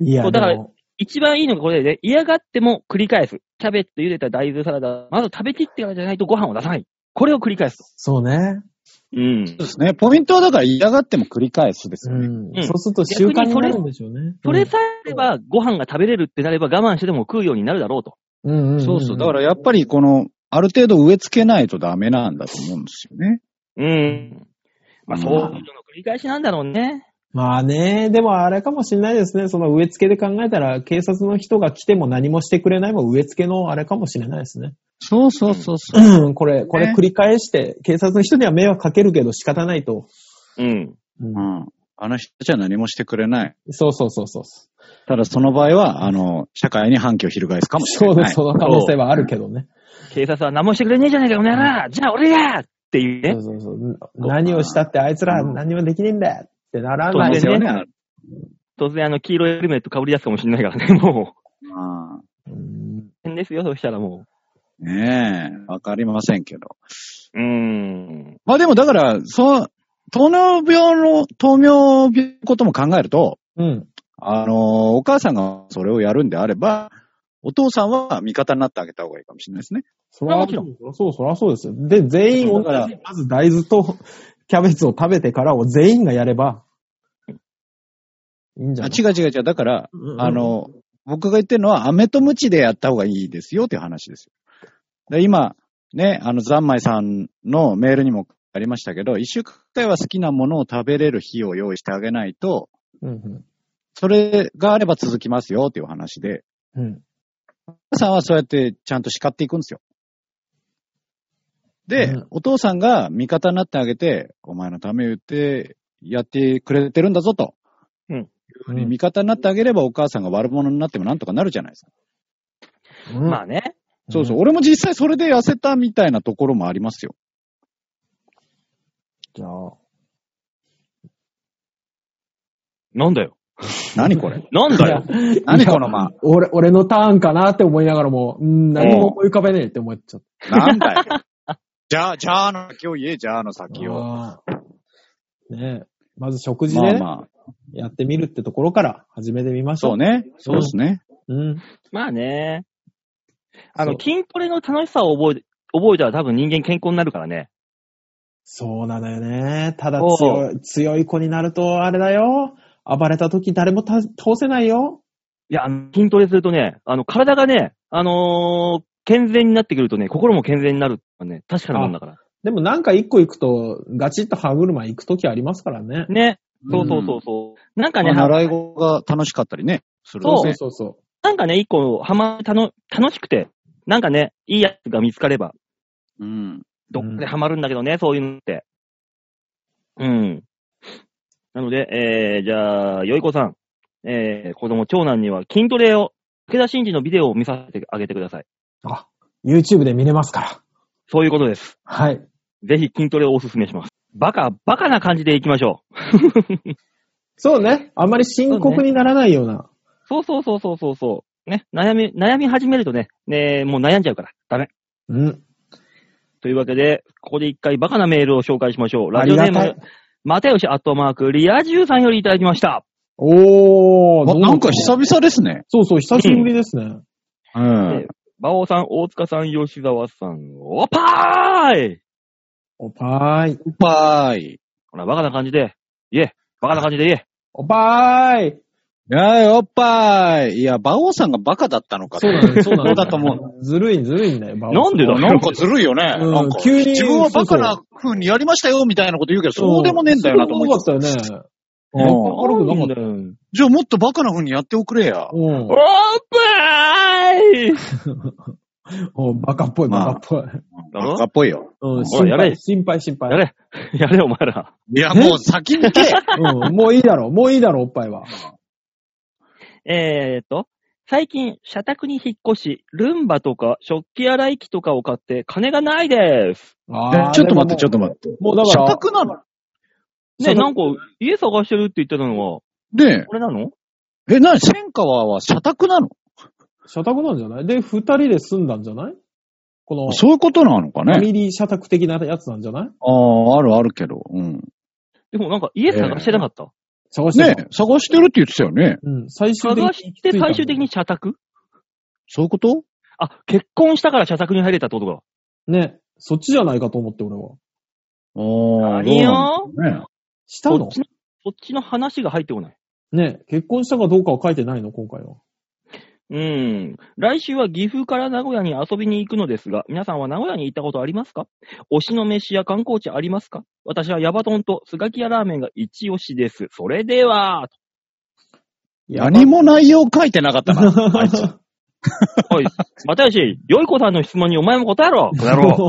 Speaker 3: いや、
Speaker 2: そうだから
Speaker 3: でも
Speaker 2: 一番いいのがこれで、ね、嫌がっても繰り返す。キャベツと茹でた大豆サラダ、まず食べきってからじゃないとご飯を出さない。これを繰り返すと。
Speaker 3: そうね。
Speaker 2: うん
Speaker 4: そう。ですね。ポイントはだから嫌がっても繰り返すです
Speaker 3: う
Speaker 4: よね。
Speaker 3: ん
Speaker 2: う。ん
Speaker 3: そうすると習慣になるんでしょうね。
Speaker 2: それさえあれば、ご飯が食べれるってなれば我慢してでも食うようになるだろうと。
Speaker 3: うん、うんんん
Speaker 4: そうそう。だからやっぱりこの、ある程度植え付けないとダメなんだと思うんですよね。
Speaker 2: うん。まあ、
Speaker 4: うん
Speaker 2: そういうのの繰り返しなんだろうね。
Speaker 3: まあね、でもあれかもしれないですね。その植え付けで考えたら、警察の人が来ても何もしてくれないも植え付けのあれかもしれないですね。
Speaker 4: そうそうそうそう。
Speaker 3: うん、 これ、これ繰り返して、警察の人には迷惑かけるけど仕方ないと。
Speaker 2: うん。
Speaker 3: うん
Speaker 4: うん。あの人たちは何もしてくれない。
Speaker 3: そうそうそうそう。
Speaker 4: ただその場合は、あの、社会に反旗を翻すかもし
Speaker 3: そ
Speaker 4: れ
Speaker 3: うで
Speaker 4: ない。
Speaker 3: す、その可能性はあるけどね。
Speaker 2: 警察は何もしてくれねえじゃねえか、お前ら、じゃあ俺やっていう
Speaker 3: そ
Speaker 2: ね
Speaker 3: う。そうそう。何をしたってあいつら何もできねえんだよってなら
Speaker 4: 可
Speaker 3: な
Speaker 4: 能
Speaker 3: い
Speaker 4: 性はね。
Speaker 2: ま
Speaker 4: ある
Speaker 2: 突然あの黄色いヘルメット被り出すかもしれないからね、 もう。
Speaker 4: ああ
Speaker 3: うん
Speaker 2: 変ですよ、そしたらも
Speaker 4: ねえ、わかりませんけど。
Speaker 2: う。うーん。
Speaker 4: まあでもだから、そう、糖尿病の、糖尿病のことも考えると、
Speaker 3: うん。
Speaker 4: あの、お母さんがそれをやるんであれば、お父さんは味方になってあげた方がいいかもしれないですね。
Speaker 3: そら
Speaker 2: もちろん
Speaker 3: そう、そらそうですよ。で、全員同じ、
Speaker 4: だから
Speaker 3: まず大豆と キャベツを食べてからを全員がやれば、いいんじゃ
Speaker 4: あ
Speaker 3: ない
Speaker 4: 違う違う違う。だから、
Speaker 3: うんうん
Speaker 4: あの、僕が言ってるのは、飴とムチでやった方がいいですよっていう話ですよ。で今、ね、あの、三昧さんのメールにもありましたけど、一週間くらいは好きなものを食べれる日を用意してあげないと、
Speaker 3: うんうん
Speaker 4: それがあれば続きますよっていう話で、
Speaker 3: うん。
Speaker 4: お母さんはそうやってちゃんと叱っていくんですよ。で、
Speaker 3: うん
Speaker 4: お父さんが味方になってあげて、お前のため言ってやってくれてるんだぞと。
Speaker 2: うん
Speaker 4: いうふうに味方になってあげればお母さんが悪者になってもなんとかなるじゃないですか。
Speaker 3: うん
Speaker 2: まあね。
Speaker 4: そうそう。。俺も実際それで痩せたみたいなところもあります よ。
Speaker 3: じゃあ、
Speaker 2: なんだよ。
Speaker 4: 何これ
Speaker 2: なんだよ。
Speaker 4: 何このま
Speaker 3: 俺、俺のターンかなって思いながらも、うん、何も思い浮かべねえって思っちゃっ
Speaker 4: あ。なんだよ。 じゃあ、じゃあの先を言え、じゃあの先
Speaker 3: た。
Speaker 4: を。
Speaker 3: あーねえ。まず食事
Speaker 4: まあ
Speaker 3: で
Speaker 4: まあ。
Speaker 3: やってみるってところから始めてみましょう。
Speaker 4: そうね。そうですね。
Speaker 3: うん。
Speaker 2: まあね。あの、
Speaker 3: そう
Speaker 2: 筋トレの楽しさを覚え、覚えたら多分人間健康になるからね。
Speaker 3: そうなのよね。ただ
Speaker 2: おう
Speaker 3: 強い、強い子になるとあれだよ。暴れた時誰もた倒せないよ。
Speaker 2: いや、あの筋トレするとね、あの、体がね、あのー健全になってくるとね、心も健全になるのはね、確かなもんだから。
Speaker 3: でもなんか一個行くと、ガチッと歯車行く時ありますからね。
Speaker 2: ね。そうそうそうそう。なんかね、
Speaker 4: まあ習い事が楽しかったりね。する
Speaker 2: そう
Speaker 4: と
Speaker 3: そ
Speaker 4: ね
Speaker 3: うそうそ
Speaker 2: なんかね、一個、ハマ、たの、楽しくて、なんかね、いいやつが見つかれば、
Speaker 4: うん。
Speaker 2: どっかでハマるんだけどね、そういうのって。うん。なので、えー、じゃあ、よいこさん、えー、子供、長男には筋トレを、武田真治のビデオを見させてあげてください。
Speaker 3: う。あ、YouTube で見れますから。
Speaker 2: そういうことです。
Speaker 3: はい。
Speaker 2: ぜひ筋トレをおすすめします。バカ、バカな感じでいきましょう。
Speaker 3: そうね。あんまり深刻にならないような。
Speaker 2: そうそうそうそうそうそね、悩み、悩み始めるとね、ね、もう悩んじゃうから、ダメ。
Speaker 3: うん。
Speaker 2: というわけで、ここで一回バカなメールを紹介しましょう。ラジオネ
Speaker 3: あ
Speaker 2: ー
Speaker 3: りがた
Speaker 2: ム
Speaker 3: い、
Speaker 2: またよしアットマーク、リア充さんよりいただきました。
Speaker 3: おー、
Speaker 4: あ
Speaker 3: どう
Speaker 4: なんか久々ですね。
Speaker 3: そうそう、久しぶりですね。
Speaker 4: うん。
Speaker 2: 馬王さん、大塚さん、吉沢さん、おっぱーい
Speaker 3: おぱーい。
Speaker 4: おっぱーい。
Speaker 2: ほら、バカな感じで、言え。バカな感じで言え。
Speaker 3: おぱーい。
Speaker 4: はい、おっぱーい。いや、馬王さんがバカだったのか
Speaker 3: そうなの、そうなの。
Speaker 4: だと思
Speaker 3: う。ずるい、ずるいんだよ、バオさ
Speaker 2: なんでだよ
Speaker 4: なんかずるいよね。
Speaker 3: うん
Speaker 4: なんか
Speaker 3: 急に
Speaker 4: 自分はバカな風にやりましたよ、みたいなこと言うけど、そうでもねえんだよなと思
Speaker 3: そう
Speaker 4: っ
Speaker 3: でもなかったよね。
Speaker 4: て。うん
Speaker 3: 悪くなかった
Speaker 2: よ。
Speaker 4: じゃあもっとバカな風にやっておくれや。
Speaker 3: う
Speaker 2: お
Speaker 3: ん
Speaker 2: っ。ぱーい
Speaker 3: おバカっぽい、
Speaker 4: まあ
Speaker 3: バカっぽい。
Speaker 2: だろ
Speaker 4: バカっぽいよ。
Speaker 3: うん、
Speaker 2: ほら
Speaker 3: 心
Speaker 2: やれ
Speaker 3: 配、心配、心配。
Speaker 2: やれ、 やれ、お前ら。
Speaker 4: いや、もう先に行け。
Speaker 3: うん、もういいだろう、もういいだろう、おっぱいは。
Speaker 2: えーっと、最近、社宅に引っ越し、ルンバとか食器洗い機とかを買って金がないです。
Speaker 3: あー
Speaker 4: ちょっと待って、ちょっと待って。
Speaker 3: もうだ
Speaker 4: 社
Speaker 3: から、
Speaker 4: 宅なの
Speaker 2: ね
Speaker 3: そうだ
Speaker 2: なんか、家探してるって言ってたのは、
Speaker 4: ね
Speaker 2: これなの
Speaker 4: え。え、なに、千川は社宅なの
Speaker 3: 社宅なんじゃないで、二人で住んだんじゃないこの、フ
Speaker 4: そういうことなのか
Speaker 3: ァ
Speaker 4: ね
Speaker 3: ミリー社宅的なやつなんじゃない
Speaker 4: ああ、あるあるけど。うん。
Speaker 2: でもなんか家探してなかった。
Speaker 3: 探してた
Speaker 4: ねえ、探してるって言ってたよね。
Speaker 3: うん、最終的に
Speaker 2: 探して最終的に。社宅
Speaker 4: そういうこと
Speaker 2: あ、結婚したから社宅に入れたってことか。
Speaker 3: ね、そっちじゃないかと思って、俺は。
Speaker 4: ああ。
Speaker 2: 何よ
Speaker 4: どうなんだろ
Speaker 3: した
Speaker 2: そ
Speaker 3: の
Speaker 2: っちの、そっちの話が入ってこない。
Speaker 3: ね、結婚したかどうかは書いてないの、今回は。
Speaker 2: うん。来週は岐阜から名古屋に遊びに行くのですが、皆さんは名古屋に行ったことありますか推しの飯や観光地ありますか私はヤバトンとスガキヤラーメンが一押しです。それでは、
Speaker 4: うね何も内容書いてなかったな。あいつ。
Speaker 3: 本
Speaker 2: おい、 またよし、よい子さんの質問にお前も答えろこの野郎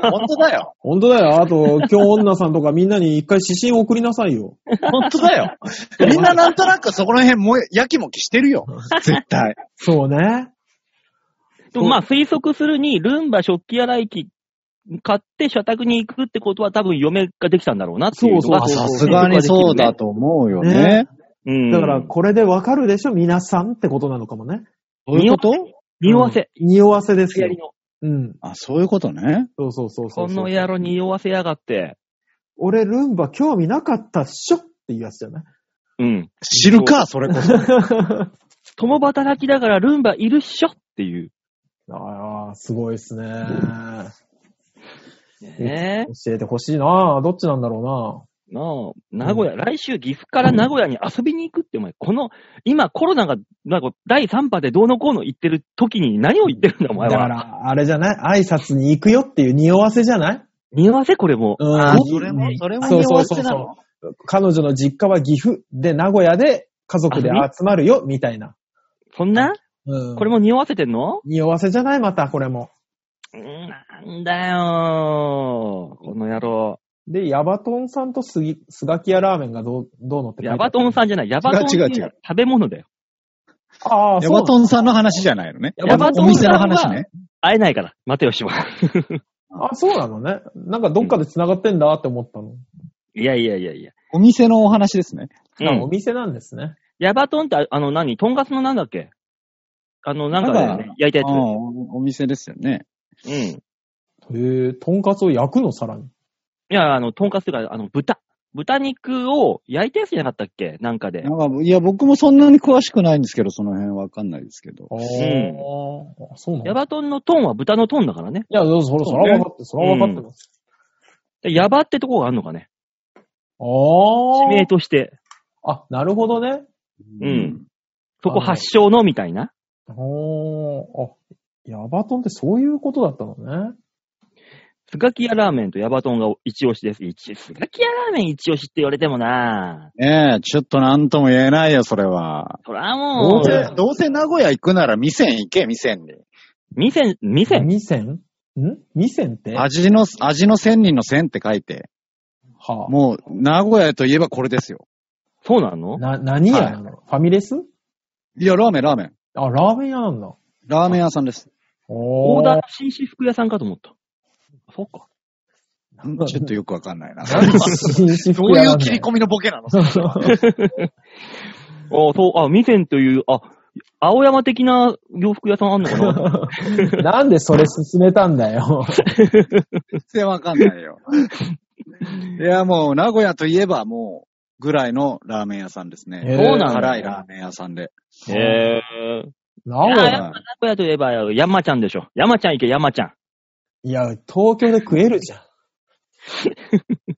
Speaker 4: 本当だよ。
Speaker 3: 当だよ。あと、今日女さんとかみんなに一回指針送りなさいよ。
Speaker 4: 本当だ よ。みんななんとなくそこら辺もえやきもきしてるよ。 絶対。
Speaker 3: そうね。
Speaker 2: でもまあ推測するに、ルンバ食器洗い機買って社宅に行くってことは多分嫁ができたんだろうなっていうのが
Speaker 3: あそうそう
Speaker 4: さすがにそうだ。と思うよね。
Speaker 2: うん。
Speaker 3: だから、これでわかるでしょ皆さんってことなのかもね。
Speaker 4: そういうこと
Speaker 2: 匂わせ。
Speaker 3: 匂わせです
Speaker 2: や
Speaker 3: よ
Speaker 2: り。の。
Speaker 3: うん。
Speaker 4: あ、そういうことね。
Speaker 3: そうそうそうそう
Speaker 2: この野郎匂わせやがって。
Speaker 3: 俺、ルンバ興味なかったっしょっていうやつじゃない
Speaker 2: うん。
Speaker 4: 知るか、それこ そ。
Speaker 2: 共働きだからルンバいるっしょっていう。
Speaker 3: ああ、すごいっすね。
Speaker 2: ねえ。
Speaker 3: 教えてほしいなどっちなんだろ
Speaker 2: なあ、名古屋、来週岐阜から名古屋に遊びに行くって、お前、この、今コロナが、なんか第3波でどうのこうの言ってる時に何を言ってるんだ、お
Speaker 3: う
Speaker 2: 前
Speaker 3: な。だか
Speaker 2: は。
Speaker 3: ら、あれじゃない挨拶に行くよっていう匂わせじゃない
Speaker 2: 匂わせこれもう。
Speaker 3: うん
Speaker 4: あ、それも、それも匂わせなの
Speaker 3: 彼女の実家は岐阜で名古屋で家族で集まるよ、みたいな。
Speaker 2: そんな
Speaker 3: うん。
Speaker 2: これも匂わせてんの
Speaker 3: 匂わせじゃないまた、これも。
Speaker 2: うんなんだよーこの野郎。
Speaker 3: で、ヤバトンさんとスギスガキヤラーメンがどう、どうのって書いてあ
Speaker 2: ヤ
Speaker 3: る
Speaker 2: バトンさんじゃない。ヤバトンっていうのは
Speaker 4: 違う違う
Speaker 2: 食べ物だよ。
Speaker 3: ああ、
Speaker 4: ヤ
Speaker 3: そうな
Speaker 4: バ
Speaker 3: んだ。
Speaker 4: トンさんの話じゃないのね。
Speaker 2: ヤバト
Speaker 4: お
Speaker 2: ン
Speaker 4: 店
Speaker 2: さん
Speaker 4: の
Speaker 2: は
Speaker 4: 話ね。
Speaker 2: 会えないから。待てよ、しは。
Speaker 3: あ、そうなのね。なんかどっかで繋がってんだって思ったの。
Speaker 2: いやいやいやいや。
Speaker 4: お店のお話ですね。
Speaker 2: う
Speaker 3: なんかお
Speaker 2: ん。
Speaker 3: 店なんですね。
Speaker 2: ヤバトンって、ああの何、とんかつのなんだっけあの、なんかだよね、焼いた
Speaker 4: ああ
Speaker 2: や
Speaker 4: おお店ですよね。
Speaker 2: つ。うん。い
Speaker 3: へえ、とんかつを焼くの、さらに。
Speaker 2: や、あの、とんかつというか、あの、豚。豚肉を焼いたやつじゃなかったっけなんかで
Speaker 4: な。んか、いや、僕もそんなに詳しくないんですけど、その辺わかんないですけど。
Speaker 3: ああ、そうな
Speaker 2: ヤ
Speaker 3: のい
Speaker 2: バトンのトンは豚のトンだからね。
Speaker 3: や、そら、そら分かって、そら分かってます。
Speaker 2: でヤバってとこがあるのかね。
Speaker 3: あ
Speaker 2: 地名
Speaker 3: ー
Speaker 2: として、
Speaker 3: あ、なるほどね。
Speaker 2: うん。そこ発祥のみたいな。
Speaker 3: おー、あ、ヤバトンってそういうことだったのね。
Speaker 2: スガキヤラーメンとヤバトンが一押しです。一、スガキヤラーメン一押しって言われてもな
Speaker 4: ねえ、ちょっとなんとも言えないよ、それは。
Speaker 2: そらも
Speaker 4: どう
Speaker 2: う、
Speaker 4: せ、どうせ名古屋行くなら店行け、店に。
Speaker 2: 店、店、
Speaker 3: 二千ん二千っては
Speaker 4: 味の、味の千人の千って書いて。
Speaker 3: あ
Speaker 4: もう、名古屋といえばこれですよ。
Speaker 2: そうなの
Speaker 3: な、何屋なの、ファミレス
Speaker 4: いや、ラーメン、ラーメン。
Speaker 3: あ、ラーメン屋なんだ。
Speaker 4: ラーメン屋さんです。
Speaker 3: お
Speaker 2: オーダーの紳士服屋さんかと思った。そうか。
Speaker 3: ー。
Speaker 4: ちょっとよくわかんないな。
Speaker 3: 何紳士
Speaker 4: ど
Speaker 3: 服
Speaker 4: う
Speaker 3: 屋
Speaker 4: い
Speaker 3: な
Speaker 4: うん
Speaker 3: だ
Speaker 4: 切り込みのボケなの
Speaker 2: あそう、あ、店という、あ、青山的な洋服屋さんあんのかな
Speaker 3: なんでそれ進めたんだよ。
Speaker 4: 全然わかんな いよ。いや、もう、名古屋といえばもう、ぐらいのラーメン屋さんですね。
Speaker 2: そうなんだ
Speaker 4: 辛いラーメン屋さんで。
Speaker 2: へえ。
Speaker 3: 名古
Speaker 2: あ
Speaker 3: 屋。
Speaker 2: やっぱ名古屋といえば、山ちゃんでしょ。山ちゃん行け、山ちゃん。
Speaker 3: いや、東京で食えるじゃん。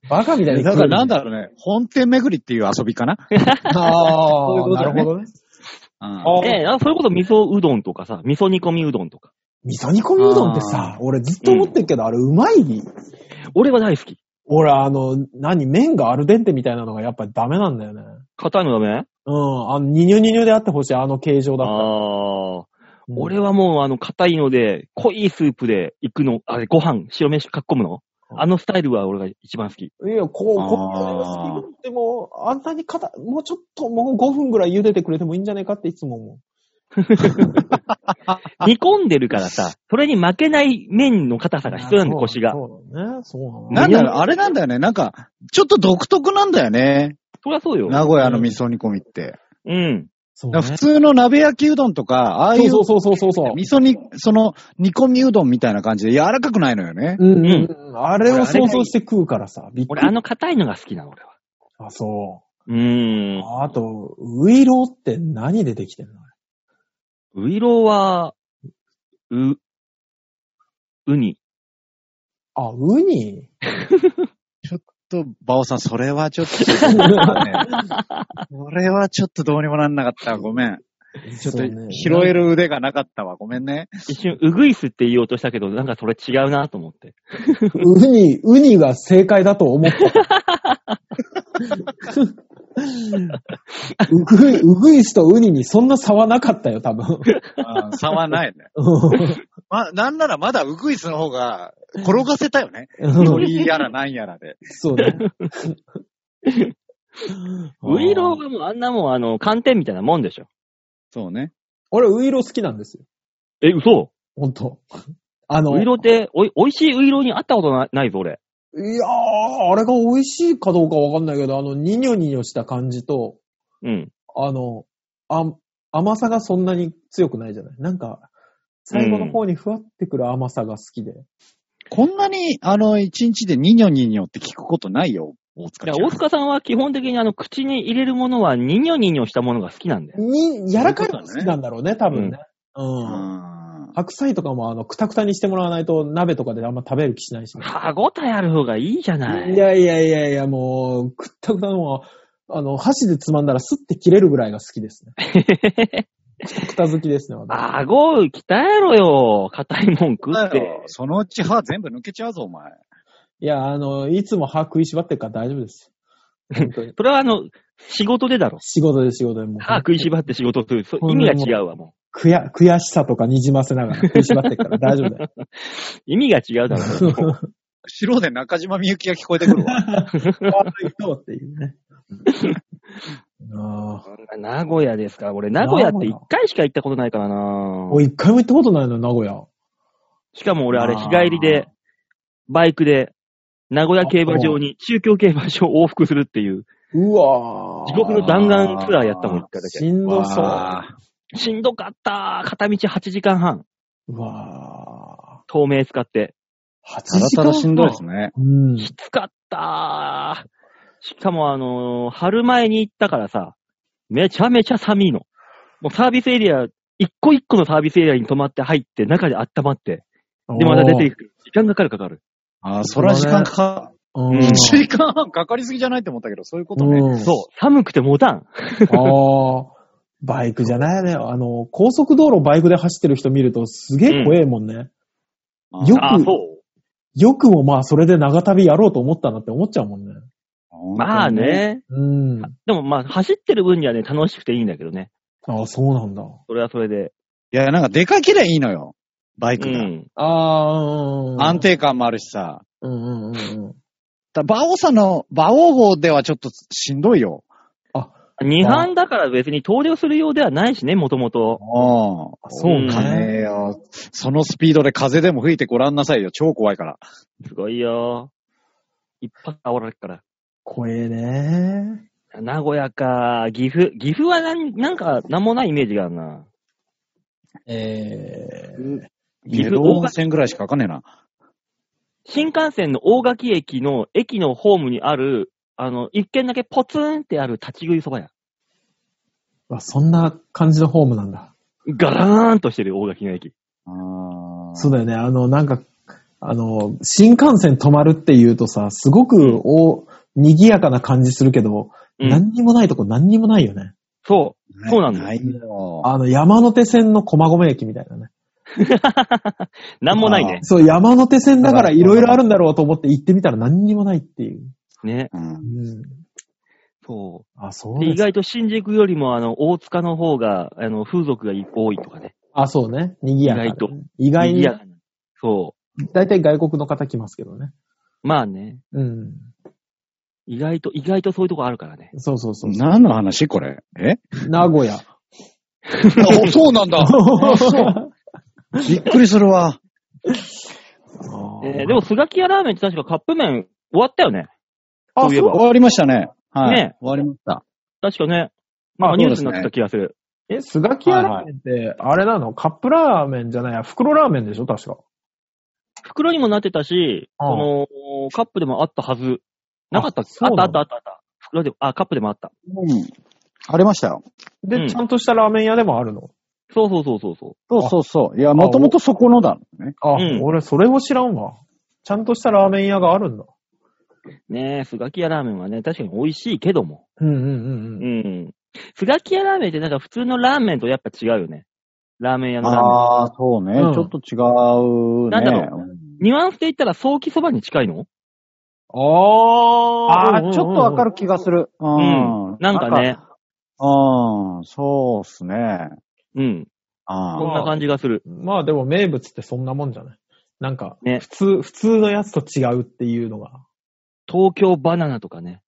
Speaker 3: バカみたいに
Speaker 4: だ
Speaker 3: 食
Speaker 4: か
Speaker 3: え
Speaker 4: ら
Speaker 3: る。
Speaker 4: なんだろうね、本店巡りっていう遊 びかな。そういう
Speaker 3: ああ、
Speaker 4: こと
Speaker 3: な
Speaker 4: だね
Speaker 3: るほどね。
Speaker 4: うん
Speaker 3: あ
Speaker 2: ええなんかそれこそ味噌うどんとかさ、味噌煮込みうどんとか。
Speaker 3: 味噌煮込みうどんってさ、俺ずっと思ってるけど、あれうまい
Speaker 2: 俺は大好き。
Speaker 3: 俺、あの、何、麺がアルデンテみたいなのがやっぱりダメなんだよね。
Speaker 2: 硬いのダメ
Speaker 3: うん。あの、ににゅににゅであってほしい、あの形状だったら。
Speaker 2: ああ。
Speaker 3: うん
Speaker 2: 俺はもう、あの、硬いので、濃いスープで行くの、あれ、ご飯、白飯かっこむの
Speaker 3: うん
Speaker 2: あのスタイルは俺が一番好き。
Speaker 3: いや、こう、こう
Speaker 4: あー
Speaker 3: こう、でも、あんなに硬い、もうちょっと、もう5分ぐらい茹でてくれてもいいんじゃないかっていつも思
Speaker 2: 煮込んでるからさ、それに負けない麺の硬
Speaker 3: う。
Speaker 2: さが必要なんで、腰が。
Speaker 3: そうだね。そう
Speaker 4: な
Speaker 3: だ
Speaker 4: ん
Speaker 3: ね。
Speaker 4: だろう、あれなんだよね。なんか、ちょっと独特なんだよね。
Speaker 2: そりゃそうよ。
Speaker 4: 名古屋の味噌煮込みって。
Speaker 2: うん。
Speaker 3: そう
Speaker 4: だ
Speaker 3: ね
Speaker 4: から普通の鍋焼きうどんとか、ああい
Speaker 3: そううそうそうそうそう。
Speaker 4: 味噌に、その煮込みうどんみたいな感じで柔らかくないのよね。
Speaker 3: うんうんうん。あれを想像して食うからさ、びっく
Speaker 2: 俺、
Speaker 3: り
Speaker 2: あ。の硬いのが好きなの、俺は。
Speaker 3: あ、そうう。
Speaker 2: ーん。
Speaker 3: あと、ウイローって何でできてんの
Speaker 2: ウイローは、う、ウニ。
Speaker 3: あ、ウニ
Speaker 4: と、バオさん、それはちょっと、そ れはちょっとどうにもなんなかった。ごめん。
Speaker 3: ち
Speaker 4: ちょっと拾える腕がなかったわ。ごめんね。
Speaker 2: 一瞬、ウグイスって言おうとしたけど、なんかそれ違うなと思って。
Speaker 3: ウニ、ウニが正解だと思った。うぐい、うぐいすとウニにそんな差はなかったよ、多分。
Speaker 4: うん差はないね。 ま、なんならまだウグイスの方が転がせたよ ね。鳥やらなんやらで。
Speaker 3: そうね。
Speaker 2: ウイローがもうあんなもん、あの、寒天みたいなもんでしょ。
Speaker 4: そうね。
Speaker 3: 俺、ウイロー好きなんですよ。
Speaker 2: え、嘘
Speaker 3: ほんと。あの、
Speaker 2: ウイローって、おい、美味しいウイローに会ったことなないぞ、俺。
Speaker 3: いやー、あれが美味しいかどうかわかんないけど、あの、ニニョニニョした感じと、
Speaker 2: うん。
Speaker 3: あの、あん甘さがそんなに強くないじゃないなんか、最後の方にふわってくる甘さが好きで。
Speaker 4: こんなに、あの、一日でニニョニニョって聞くことないよ、大
Speaker 2: い
Speaker 4: 塚
Speaker 2: や、
Speaker 4: ちゃん
Speaker 2: 大。塚さんは基本的にあの、口に入れるものは、ニニョニニョしたものが好きなんだよ。
Speaker 3: に、柔らかいのが好きなんだろうね、多分ね。うん。
Speaker 4: うん
Speaker 3: 白菜とかも、あの、くたくたにしてもらわないと、鍋とかであんま食べる気しないしね。
Speaker 2: 歯ごたえある方がいいじゃない。
Speaker 3: いやいやいやいや、もう、くったくたのは、あの、箸でつまんだらスッて切れるぐらいが好き ですね。くたくた好きですね、私。
Speaker 2: 顎鍛えろよ。硬いもん食
Speaker 4: だ
Speaker 2: っ
Speaker 4: よ
Speaker 2: て。。
Speaker 4: そのうち歯全部抜けちゃうぞ、お前。
Speaker 3: いや、あの、いつも歯食いしばってるから大丈夫ですよ。本当に
Speaker 2: それはあの、仕事でだろ。
Speaker 3: 仕事で仕事でもう。
Speaker 2: 歯食いしばって仕事する。そう意味が違うわ、も
Speaker 3: 悔や、悔しさとかにじませながら食いしばってるから大丈夫だよ。
Speaker 2: う。意味が違うだろ。もう
Speaker 4: 白で中島みゆきが聞こえてくる わ。
Speaker 3: 悪いとっていうね。ああ。
Speaker 2: 名古屋ですから、俺、名古屋って一回しか行ったことないからな
Speaker 3: 俺一回も行ったことないのよ、名古屋。
Speaker 2: しかも俺、あれ、
Speaker 4: あー
Speaker 2: 日帰りで、バイクで、名古屋競馬場に中京競馬場を往復するっていう、
Speaker 3: うわー
Speaker 2: 地獄の弾丸ツアーやったもん、一回だけ。
Speaker 3: しんどそう。
Speaker 4: わあ
Speaker 2: しんどかった片道8時間半、
Speaker 3: うわ
Speaker 2: 透明使って。
Speaker 3: ぁ。8
Speaker 4: たら
Speaker 3: 時
Speaker 4: た
Speaker 3: 間
Speaker 4: らしんどいですね。
Speaker 3: うん。
Speaker 2: きつかったー。しかもあのー春前に行ったからさ、めちゃめちゃ寒いの。もうサービスエリア、一個一個のサービスエリアに泊まって入って、中で温まって、で、また出ていく。時間がかかるかかる。
Speaker 4: ああ、そら時間かか、
Speaker 3: おー。うん
Speaker 2: うん
Speaker 4: 1時間半かかりすぎじゃないって思ったけど、そういうことね。
Speaker 3: うん
Speaker 2: そう、寒くて持たん。
Speaker 3: ああ、バイクじゃないね。あの、高速道路バイクで走ってる人見るとすげえ怖えもんね。
Speaker 4: あ
Speaker 3: よ
Speaker 4: あ
Speaker 2: あ、
Speaker 3: く
Speaker 2: そう。
Speaker 3: よくもまあそれで長旅やろうと思ったなって思っちゃうもんね。
Speaker 2: まあ。ね。
Speaker 3: うん。
Speaker 2: でもまあ、走ってる分にはね、楽しくていいんだけどね。
Speaker 3: ああ、そうなんだ。
Speaker 2: それはそれで。
Speaker 4: いや、なんかでかけりゃいいのよ。バイ
Speaker 2: う
Speaker 4: クが。
Speaker 2: ん。
Speaker 3: ああ、うんうん。
Speaker 4: 安。定感もあるしさ。
Speaker 3: うんうんうんうん。
Speaker 4: だバオさんの、バオ号ではちょっとしんどいよ。
Speaker 2: 二班だから別に投了するようではないしね、もともと。
Speaker 4: うん。
Speaker 3: そう
Speaker 4: か
Speaker 3: ね。
Speaker 4: ねえよ。そのスピードで風でも吹いてごらんなさいよ。超怖いから。
Speaker 2: すごいよ。一発煽られっから。
Speaker 3: 怖えね。
Speaker 2: 名古屋か、岐阜。岐阜はなん、なんか、なんもないイメージがあるな。
Speaker 3: えー、
Speaker 2: 岐
Speaker 4: ね
Speaker 2: 阜
Speaker 4: 道温泉ぐらいしかわかんねえな。
Speaker 2: 新幹線の大垣駅の駅のホームにある、あの、一軒だけポツンってある立ち食いそば屋。
Speaker 3: あそんな感じのホームなんだ。
Speaker 2: ガラーンとしてる大垣の駅。
Speaker 4: あー
Speaker 3: そうだよね。あの、なんか、あの、新幹線止まるっていうとさ、すごく、お、賑やかな感じするけど、
Speaker 2: うん。
Speaker 3: 何にもないとこ何にもないよね。
Speaker 2: そそう なんだ
Speaker 4: ないよ。
Speaker 3: あの、山手線の駒込駅みたいなね。
Speaker 2: う。なんもないね。
Speaker 3: そう、山手線だからいろいろあるんだろうと思って行ってみたら何にもないっていう。
Speaker 2: ね。
Speaker 4: うん
Speaker 3: うん。
Speaker 2: そ。
Speaker 3: あ、そうう
Speaker 2: で
Speaker 3: で
Speaker 2: 意
Speaker 3: す
Speaker 2: 外と新宿よりも、あの、大塚の方が、あの、風俗が多いとかね。
Speaker 3: あ、そうね。賑やかだね、意外
Speaker 2: い
Speaker 3: に、
Speaker 2: や、そ
Speaker 3: 大体外国の方来ますけどね。
Speaker 2: う。まあね。
Speaker 3: うん。
Speaker 2: 意外と、意外とそういうとこあるからね。
Speaker 3: そうそうそう。
Speaker 4: 何の話これえ
Speaker 3: 名古屋。
Speaker 4: あそうなんだ びっくりするわ。
Speaker 2: えーでも、スガキ屋ラーメンって確かカップ麺終わったよね。
Speaker 3: あ、そう
Speaker 4: 終わりましたね。はい。
Speaker 2: ね
Speaker 4: 終わりました。
Speaker 2: 確かね。まあ、
Speaker 4: あ
Speaker 2: ニ
Speaker 4: そ
Speaker 2: ュー
Speaker 4: うで
Speaker 2: ス
Speaker 4: す
Speaker 2: にな
Speaker 4: ね
Speaker 2: ってた気がする。
Speaker 3: え、スガキ屋ラーメンって、あれなのカップラーメンじゃないや、袋ラーメンでしょ確か。
Speaker 2: 袋にもなってたし、
Speaker 3: ああ
Speaker 2: その、カップでもあったはず。なかったっけ
Speaker 3: あ
Speaker 2: あ
Speaker 3: そう
Speaker 2: っ
Speaker 3: な
Speaker 2: たあ
Speaker 3: の
Speaker 2: ったあったあった。袋でも、あ、カップでもあった。
Speaker 4: うん。ありましたよ。
Speaker 3: で、
Speaker 2: うん
Speaker 3: ちゃんとしたラーメン屋でもあるの。
Speaker 2: そうそうそうそうそ
Speaker 4: そうそうそう。いや、もともとそこのだね。
Speaker 3: あ、
Speaker 2: うん
Speaker 3: 俺、それを知らんわ。ちゃんとしたラーメン屋があるんだ。
Speaker 2: う。ねえ、スガキ屋ラーメンはね、確かに美味しいけども。
Speaker 3: うんうんう
Speaker 2: う
Speaker 3: んうん。
Speaker 2: ん。スガキ屋ラーメンってなんか普通のラーメンとやっぱ違うよね。ラーメン屋のラーメ
Speaker 4: ああ、そうね、
Speaker 3: うん
Speaker 4: ちょっと違うね。
Speaker 2: なんだろン。ニュアンスで言ったら、早期そばに近いの
Speaker 3: あ
Speaker 4: あ
Speaker 3: ー
Speaker 4: あ、ちょっとわかる気がする。う。
Speaker 2: うんなんかね。
Speaker 4: うん、そうっすね。
Speaker 2: うん。
Speaker 4: あ
Speaker 2: そん
Speaker 4: ー
Speaker 2: な感じがする。
Speaker 3: まあでも名物ってそんなもんじゃない。なんか、
Speaker 2: ね
Speaker 3: 普通、普通のやつと違うっていうのが。
Speaker 2: 東京バナナとかね。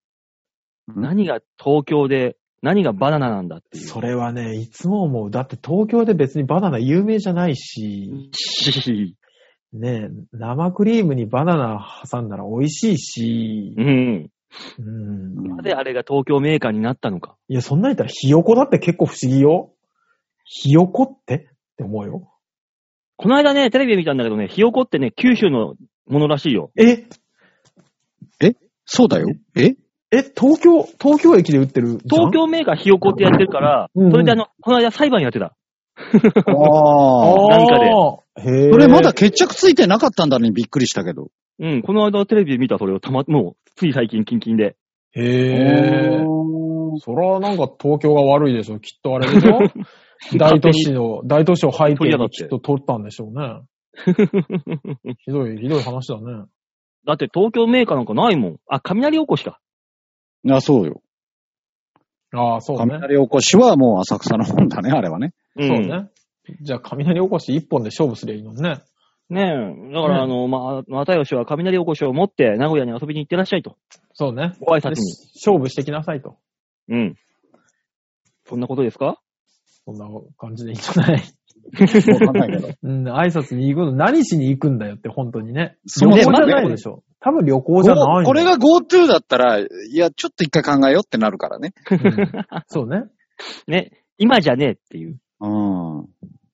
Speaker 4: うん
Speaker 2: 何が東京で、何がバナナなんだっていう。
Speaker 3: それはね、いつも思う。だって東京で別にバナナ有名じゃないし、ねえ、生クリームにバナナ挟んだら美味しいし
Speaker 2: う、ん。
Speaker 3: うん。
Speaker 2: なぜあれが東京メーカーになったのか。
Speaker 3: いや、そんなん言ったらひよこだって結構不思議よ。ひよこってって思うよ。
Speaker 2: この間ね、テレビで見たんだけどね、ひよこってね、九州のものらしいよ。
Speaker 3: え、
Speaker 4: そうだよ。え
Speaker 3: え、東京、東京駅で売ってるじゃん
Speaker 2: 東京メーカーひよこってやってるから、
Speaker 3: うんうん
Speaker 2: それであの、この間裁判やってた。
Speaker 4: ああ。
Speaker 2: なん
Speaker 3: かで。へえ。
Speaker 4: それまだ決着ついてなかったんだね、びっくりしたけど。
Speaker 2: うん、この間テレビで見たそれをたま、もう、つい最近、キンキンで。
Speaker 3: へえ。そらなんか東京が悪いでしょ。きっとあれでし ょ大都市の、大都市を背景にきっと取ったんでし ょうね。ひどい、ひどい話だね。
Speaker 2: だって東京メーカーなんかないもん。あ、雷おこしか。
Speaker 4: あ、そうよ。
Speaker 3: ああ、そうね。
Speaker 4: 雷起こしはもう浅草の本だね、あれ はね。
Speaker 2: う。
Speaker 3: そうんね。じゃあ、雷起こし一本で勝負すりゃいいのにね。
Speaker 2: ねえ。だから、あの、まあ、又吉は雷おこしを持って名古屋に遊びに行ってらっしゃいと。
Speaker 3: そうね。
Speaker 2: ご挨
Speaker 3: で
Speaker 2: 拶に。
Speaker 3: 勝負してきなさいと。
Speaker 2: うん。そんなことですか
Speaker 3: そんな感じでいいんじゃない
Speaker 4: わかんないけど。
Speaker 3: うん、挨拶に行くの、何しに行くんだよって、本当にね。
Speaker 4: そう
Speaker 3: 旅
Speaker 4: ね
Speaker 3: 行じゃないでしょ。多分旅行じゃないの
Speaker 4: これが GoTo だったら、いや、ちょっと一回考えようってなるからね。
Speaker 3: うんそうね。
Speaker 2: ね。今じゃねえっていう。
Speaker 4: うん。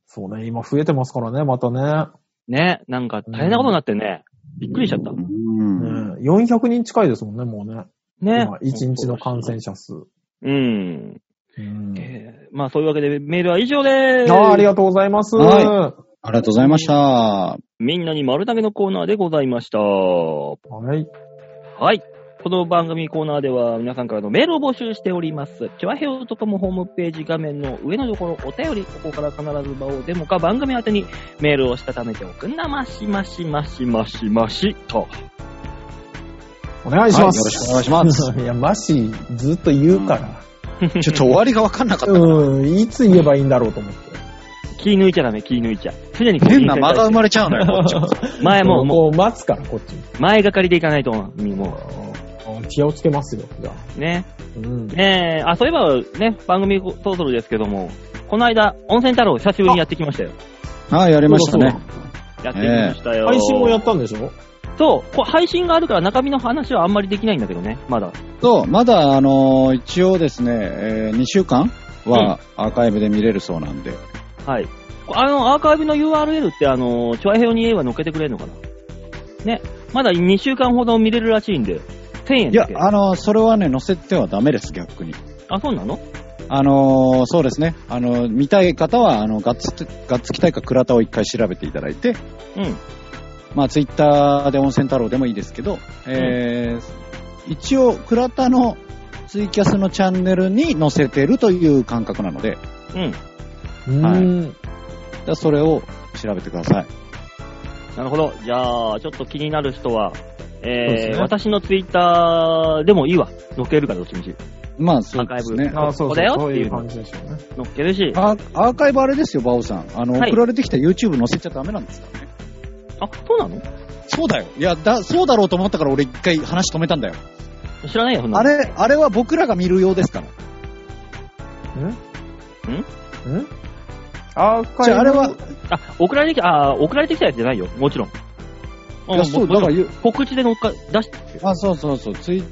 Speaker 3: そうね。今増えてますからね、またね。
Speaker 2: ね。なんか大変なことになってね。びっくりしちゃった。
Speaker 4: うん。
Speaker 3: ね400人近いですもんね、もうね。
Speaker 2: ね。
Speaker 3: 今、1日の感染者数。
Speaker 2: うん。
Speaker 3: うん
Speaker 2: えーまあ、そういうわけでメールは以上でーす。
Speaker 3: あーありがとうございます。
Speaker 4: はありがとうございま した。
Speaker 2: みんなに丸投げのコーナーでございました。は
Speaker 3: はい。
Speaker 2: い。この番組コーナーでは皆さんからのメールを募集しております。チョアヘオとかもホームページ画面の上のところお便り、ここから必ず場をデモか番組宛てにメールをしたためておくんなましましましましましと。
Speaker 3: お願いします。。
Speaker 4: はいよろしくお願いしま す
Speaker 3: いや、マシ、ずっと言うから。
Speaker 4: ちょっと終わりがわかんなかった。
Speaker 3: うん、いつ言えばいいんだろうと思って。
Speaker 2: 気抜いちゃダメ、気抜いちゃ。常に
Speaker 4: 変な間が生ま
Speaker 2: れ
Speaker 4: れちゃうのよ、こっちは。
Speaker 2: 前も、も
Speaker 3: こう待つから、こっち。
Speaker 2: う、前がかりでいかないと思う。も
Speaker 3: うん気をつけますよ、じゃあ。
Speaker 2: う、ね。
Speaker 3: うん。
Speaker 2: ねえ、あ、そういえばね、番組そろそろですけども、この間、温泉太郎久しぶ りにやってきましたよ。
Speaker 4: はい、やりましたね。
Speaker 2: やってきましたよ。
Speaker 3: 配信もやったんでしょ
Speaker 2: たそう、こう配信があるから中身の話はあんまりできないんだけどね、まだ。
Speaker 4: そう、まだ、あのー一応ですね、え2週間はアーカイブで見れるそうなんで、
Speaker 2: はい。あの、アーカイブの URL って、あの、チョアヘオに言えば載っけてくれるのかなね。まだ2週間ほど見れるらしいんで、1000円
Speaker 4: い
Speaker 2: だ
Speaker 4: や
Speaker 2: け、あ
Speaker 4: あのーそれはね、載せてはダメです、逆に。
Speaker 2: そうなの
Speaker 4: あのーそうですね、あのー見たい方は、あの、ガッツ、ガッツ期待か倉田を一回調べていただいて、
Speaker 2: うん。
Speaker 4: まあ、ツイッターで温泉太郎でもいいですけど、えー一応、倉田のツイキャスのチャンネルに載せてるという感覚なので、
Speaker 2: うん。
Speaker 3: うーん。
Speaker 4: はいだからそれを調べてください。
Speaker 2: なるほど。じゃあ、ちょっと気になる人は、
Speaker 3: そう
Speaker 2: え
Speaker 3: で
Speaker 2: ー
Speaker 3: すね
Speaker 2: 私のツイッターでもいいわ。載っけるから、どっちみち。
Speaker 4: まあ、そうですね。
Speaker 3: ああ、そう
Speaker 2: ここ
Speaker 3: そ
Speaker 2: だ
Speaker 3: う。
Speaker 2: よ
Speaker 3: そう
Speaker 2: っ
Speaker 3: い
Speaker 2: ていう
Speaker 3: う
Speaker 2: の
Speaker 3: 感じでしょうね。
Speaker 2: 載っけるし。
Speaker 4: アーアーカイブあれですよ、バオさん。あの、
Speaker 2: はい
Speaker 4: 送られてきた YouTube 載せちゃダメなんですからね。
Speaker 2: あ、そうなの
Speaker 4: そうだよ。いや、だ、そうだろうと思ったから俺一回話止めたんだよ。
Speaker 2: 知らないよ、そんなの
Speaker 4: あれ、あれは僕らが見るようですから。
Speaker 3: んんんアーカイ
Speaker 4: じ
Speaker 3: ブ
Speaker 4: ゃあ、あれは、
Speaker 2: あ、送られてきた、あー送られてきたやつじゃないよ。もちろん。
Speaker 4: い
Speaker 2: ん
Speaker 4: や、そう、
Speaker 2: もちろ
Speaker 4: だか
Speaker 2: ん
Speaker 4: ら言う、
Speaker 2: 告知で乗っか、出し、
Speaker 4: あ、そうそうそう、ツイ、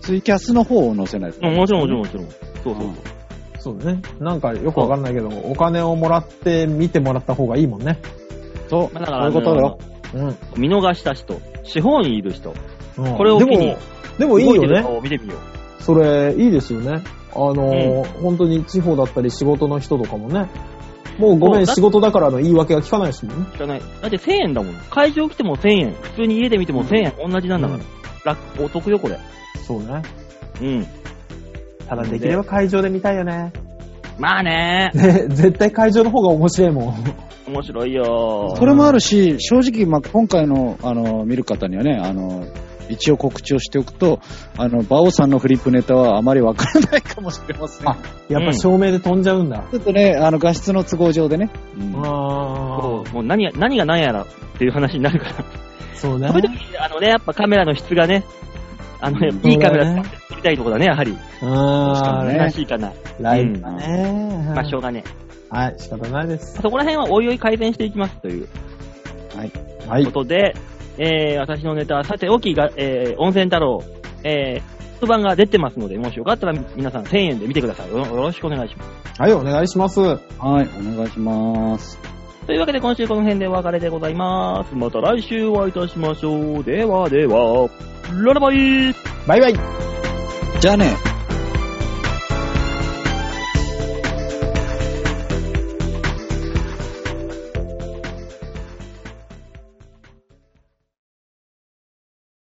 Speaker 4: ツイキャスの方を載せないと。
Speaker 2: うんもちろん、もちろん、もちろん。そうそうそう。
Speaker 3: そうね。なんかよくわかんないけど、お金をもらって見てもらった方がいいもんね。
Speaker 4: そう、
Speaker 2: まあだか
Speaker 4: そう
Speaker 2: ら
Speaker 4: いうことだよ。
Speaker 3: うん。
Speaker 2: 見逃した人、資本にいる人、
Speaker 3: うん
Speaker 2: これを機に
Speaker 3: でも、でもいい
Speaker 2: 動い
Speaker 3: よ
Speaker 2: てる
Speaker 3: ね。
Speaker 2: 顔を見てみよう。
Speaker 3: それ、いいですよね。あのー、本当に地方だったり仕事の人とかもね。もうごめ、
Speaker 2: そうんだ
Speaker 3: 仕事だからの言い訳が聞かないですもんね。
Speaker 2: 聞かない。だって1000円だもん。会場来ても1000円。普通に家で見ても1000円。同じなんだから。楽、お得よ、これ。
Speaker 3: そうね。
Speaker 2: うん。
Speaker 3: ただできれば会場で見たいよね。
Speaker 2: まあね
Speaker 3: ね、絶対会場の方が面白いもん。
Speaker 2: 面白いよ
Speaker 4: それもあるし、正直、まあ、今回の、あの、見る方にはね、あの、一応告知をしておくと、あの、バオさんのフリップネタはあまりわからないかもしれません。
Speaker 3: あやっぱ照明で飛んじゃうんだ。
Speaker 4: ちょっとね、あの、画質の都合上でね。うん
Speaker 3: あ
Speaker 2: そ
Speaker 3: ー
Speaker 2: うもう何が、何が何やらっていう話になるから。
Speaker 3: そうね
Speaker 2: そういう。時に、あのね、やっぱカメラの質がね、あの、
Speaker 4: うん
Speaker 2: いいカメラ
Speaker 3: そうだね
Speaker 2: 使って撮りたいとこだね、やはり。
Speaker 3: あ
Speaker 4: ね
Speaker 3: ー
Speaker 2: 悲しいかな。
Speaker 3: ライブだ
Speaker 4: う
Speaker 3: ね。
Speaker 2: まあ、しょうがね
Speaker 3: はい、仕方ないです
Speaker 2: え。。そこら辺はおいおい改善していきますという
Speaker 4: はい。
Speaker 3: は
Speaker 2: こ。とで、えー、私のネタ、さておきが、えー、温泉太郎、えー、版が出てますので、もしよかったら皆さん1000円で見てください。よよろしくお願いします。
Speaker 3: はい、お願いします。
Speaker 4: はい、お願いします。
Speaker 2: というわけで今週この辺でお別れでございます。また来週お会いいたしましょう。ではでは、ララバイ
Speaker 3: バイバイ
Speaker 4: じゃあね。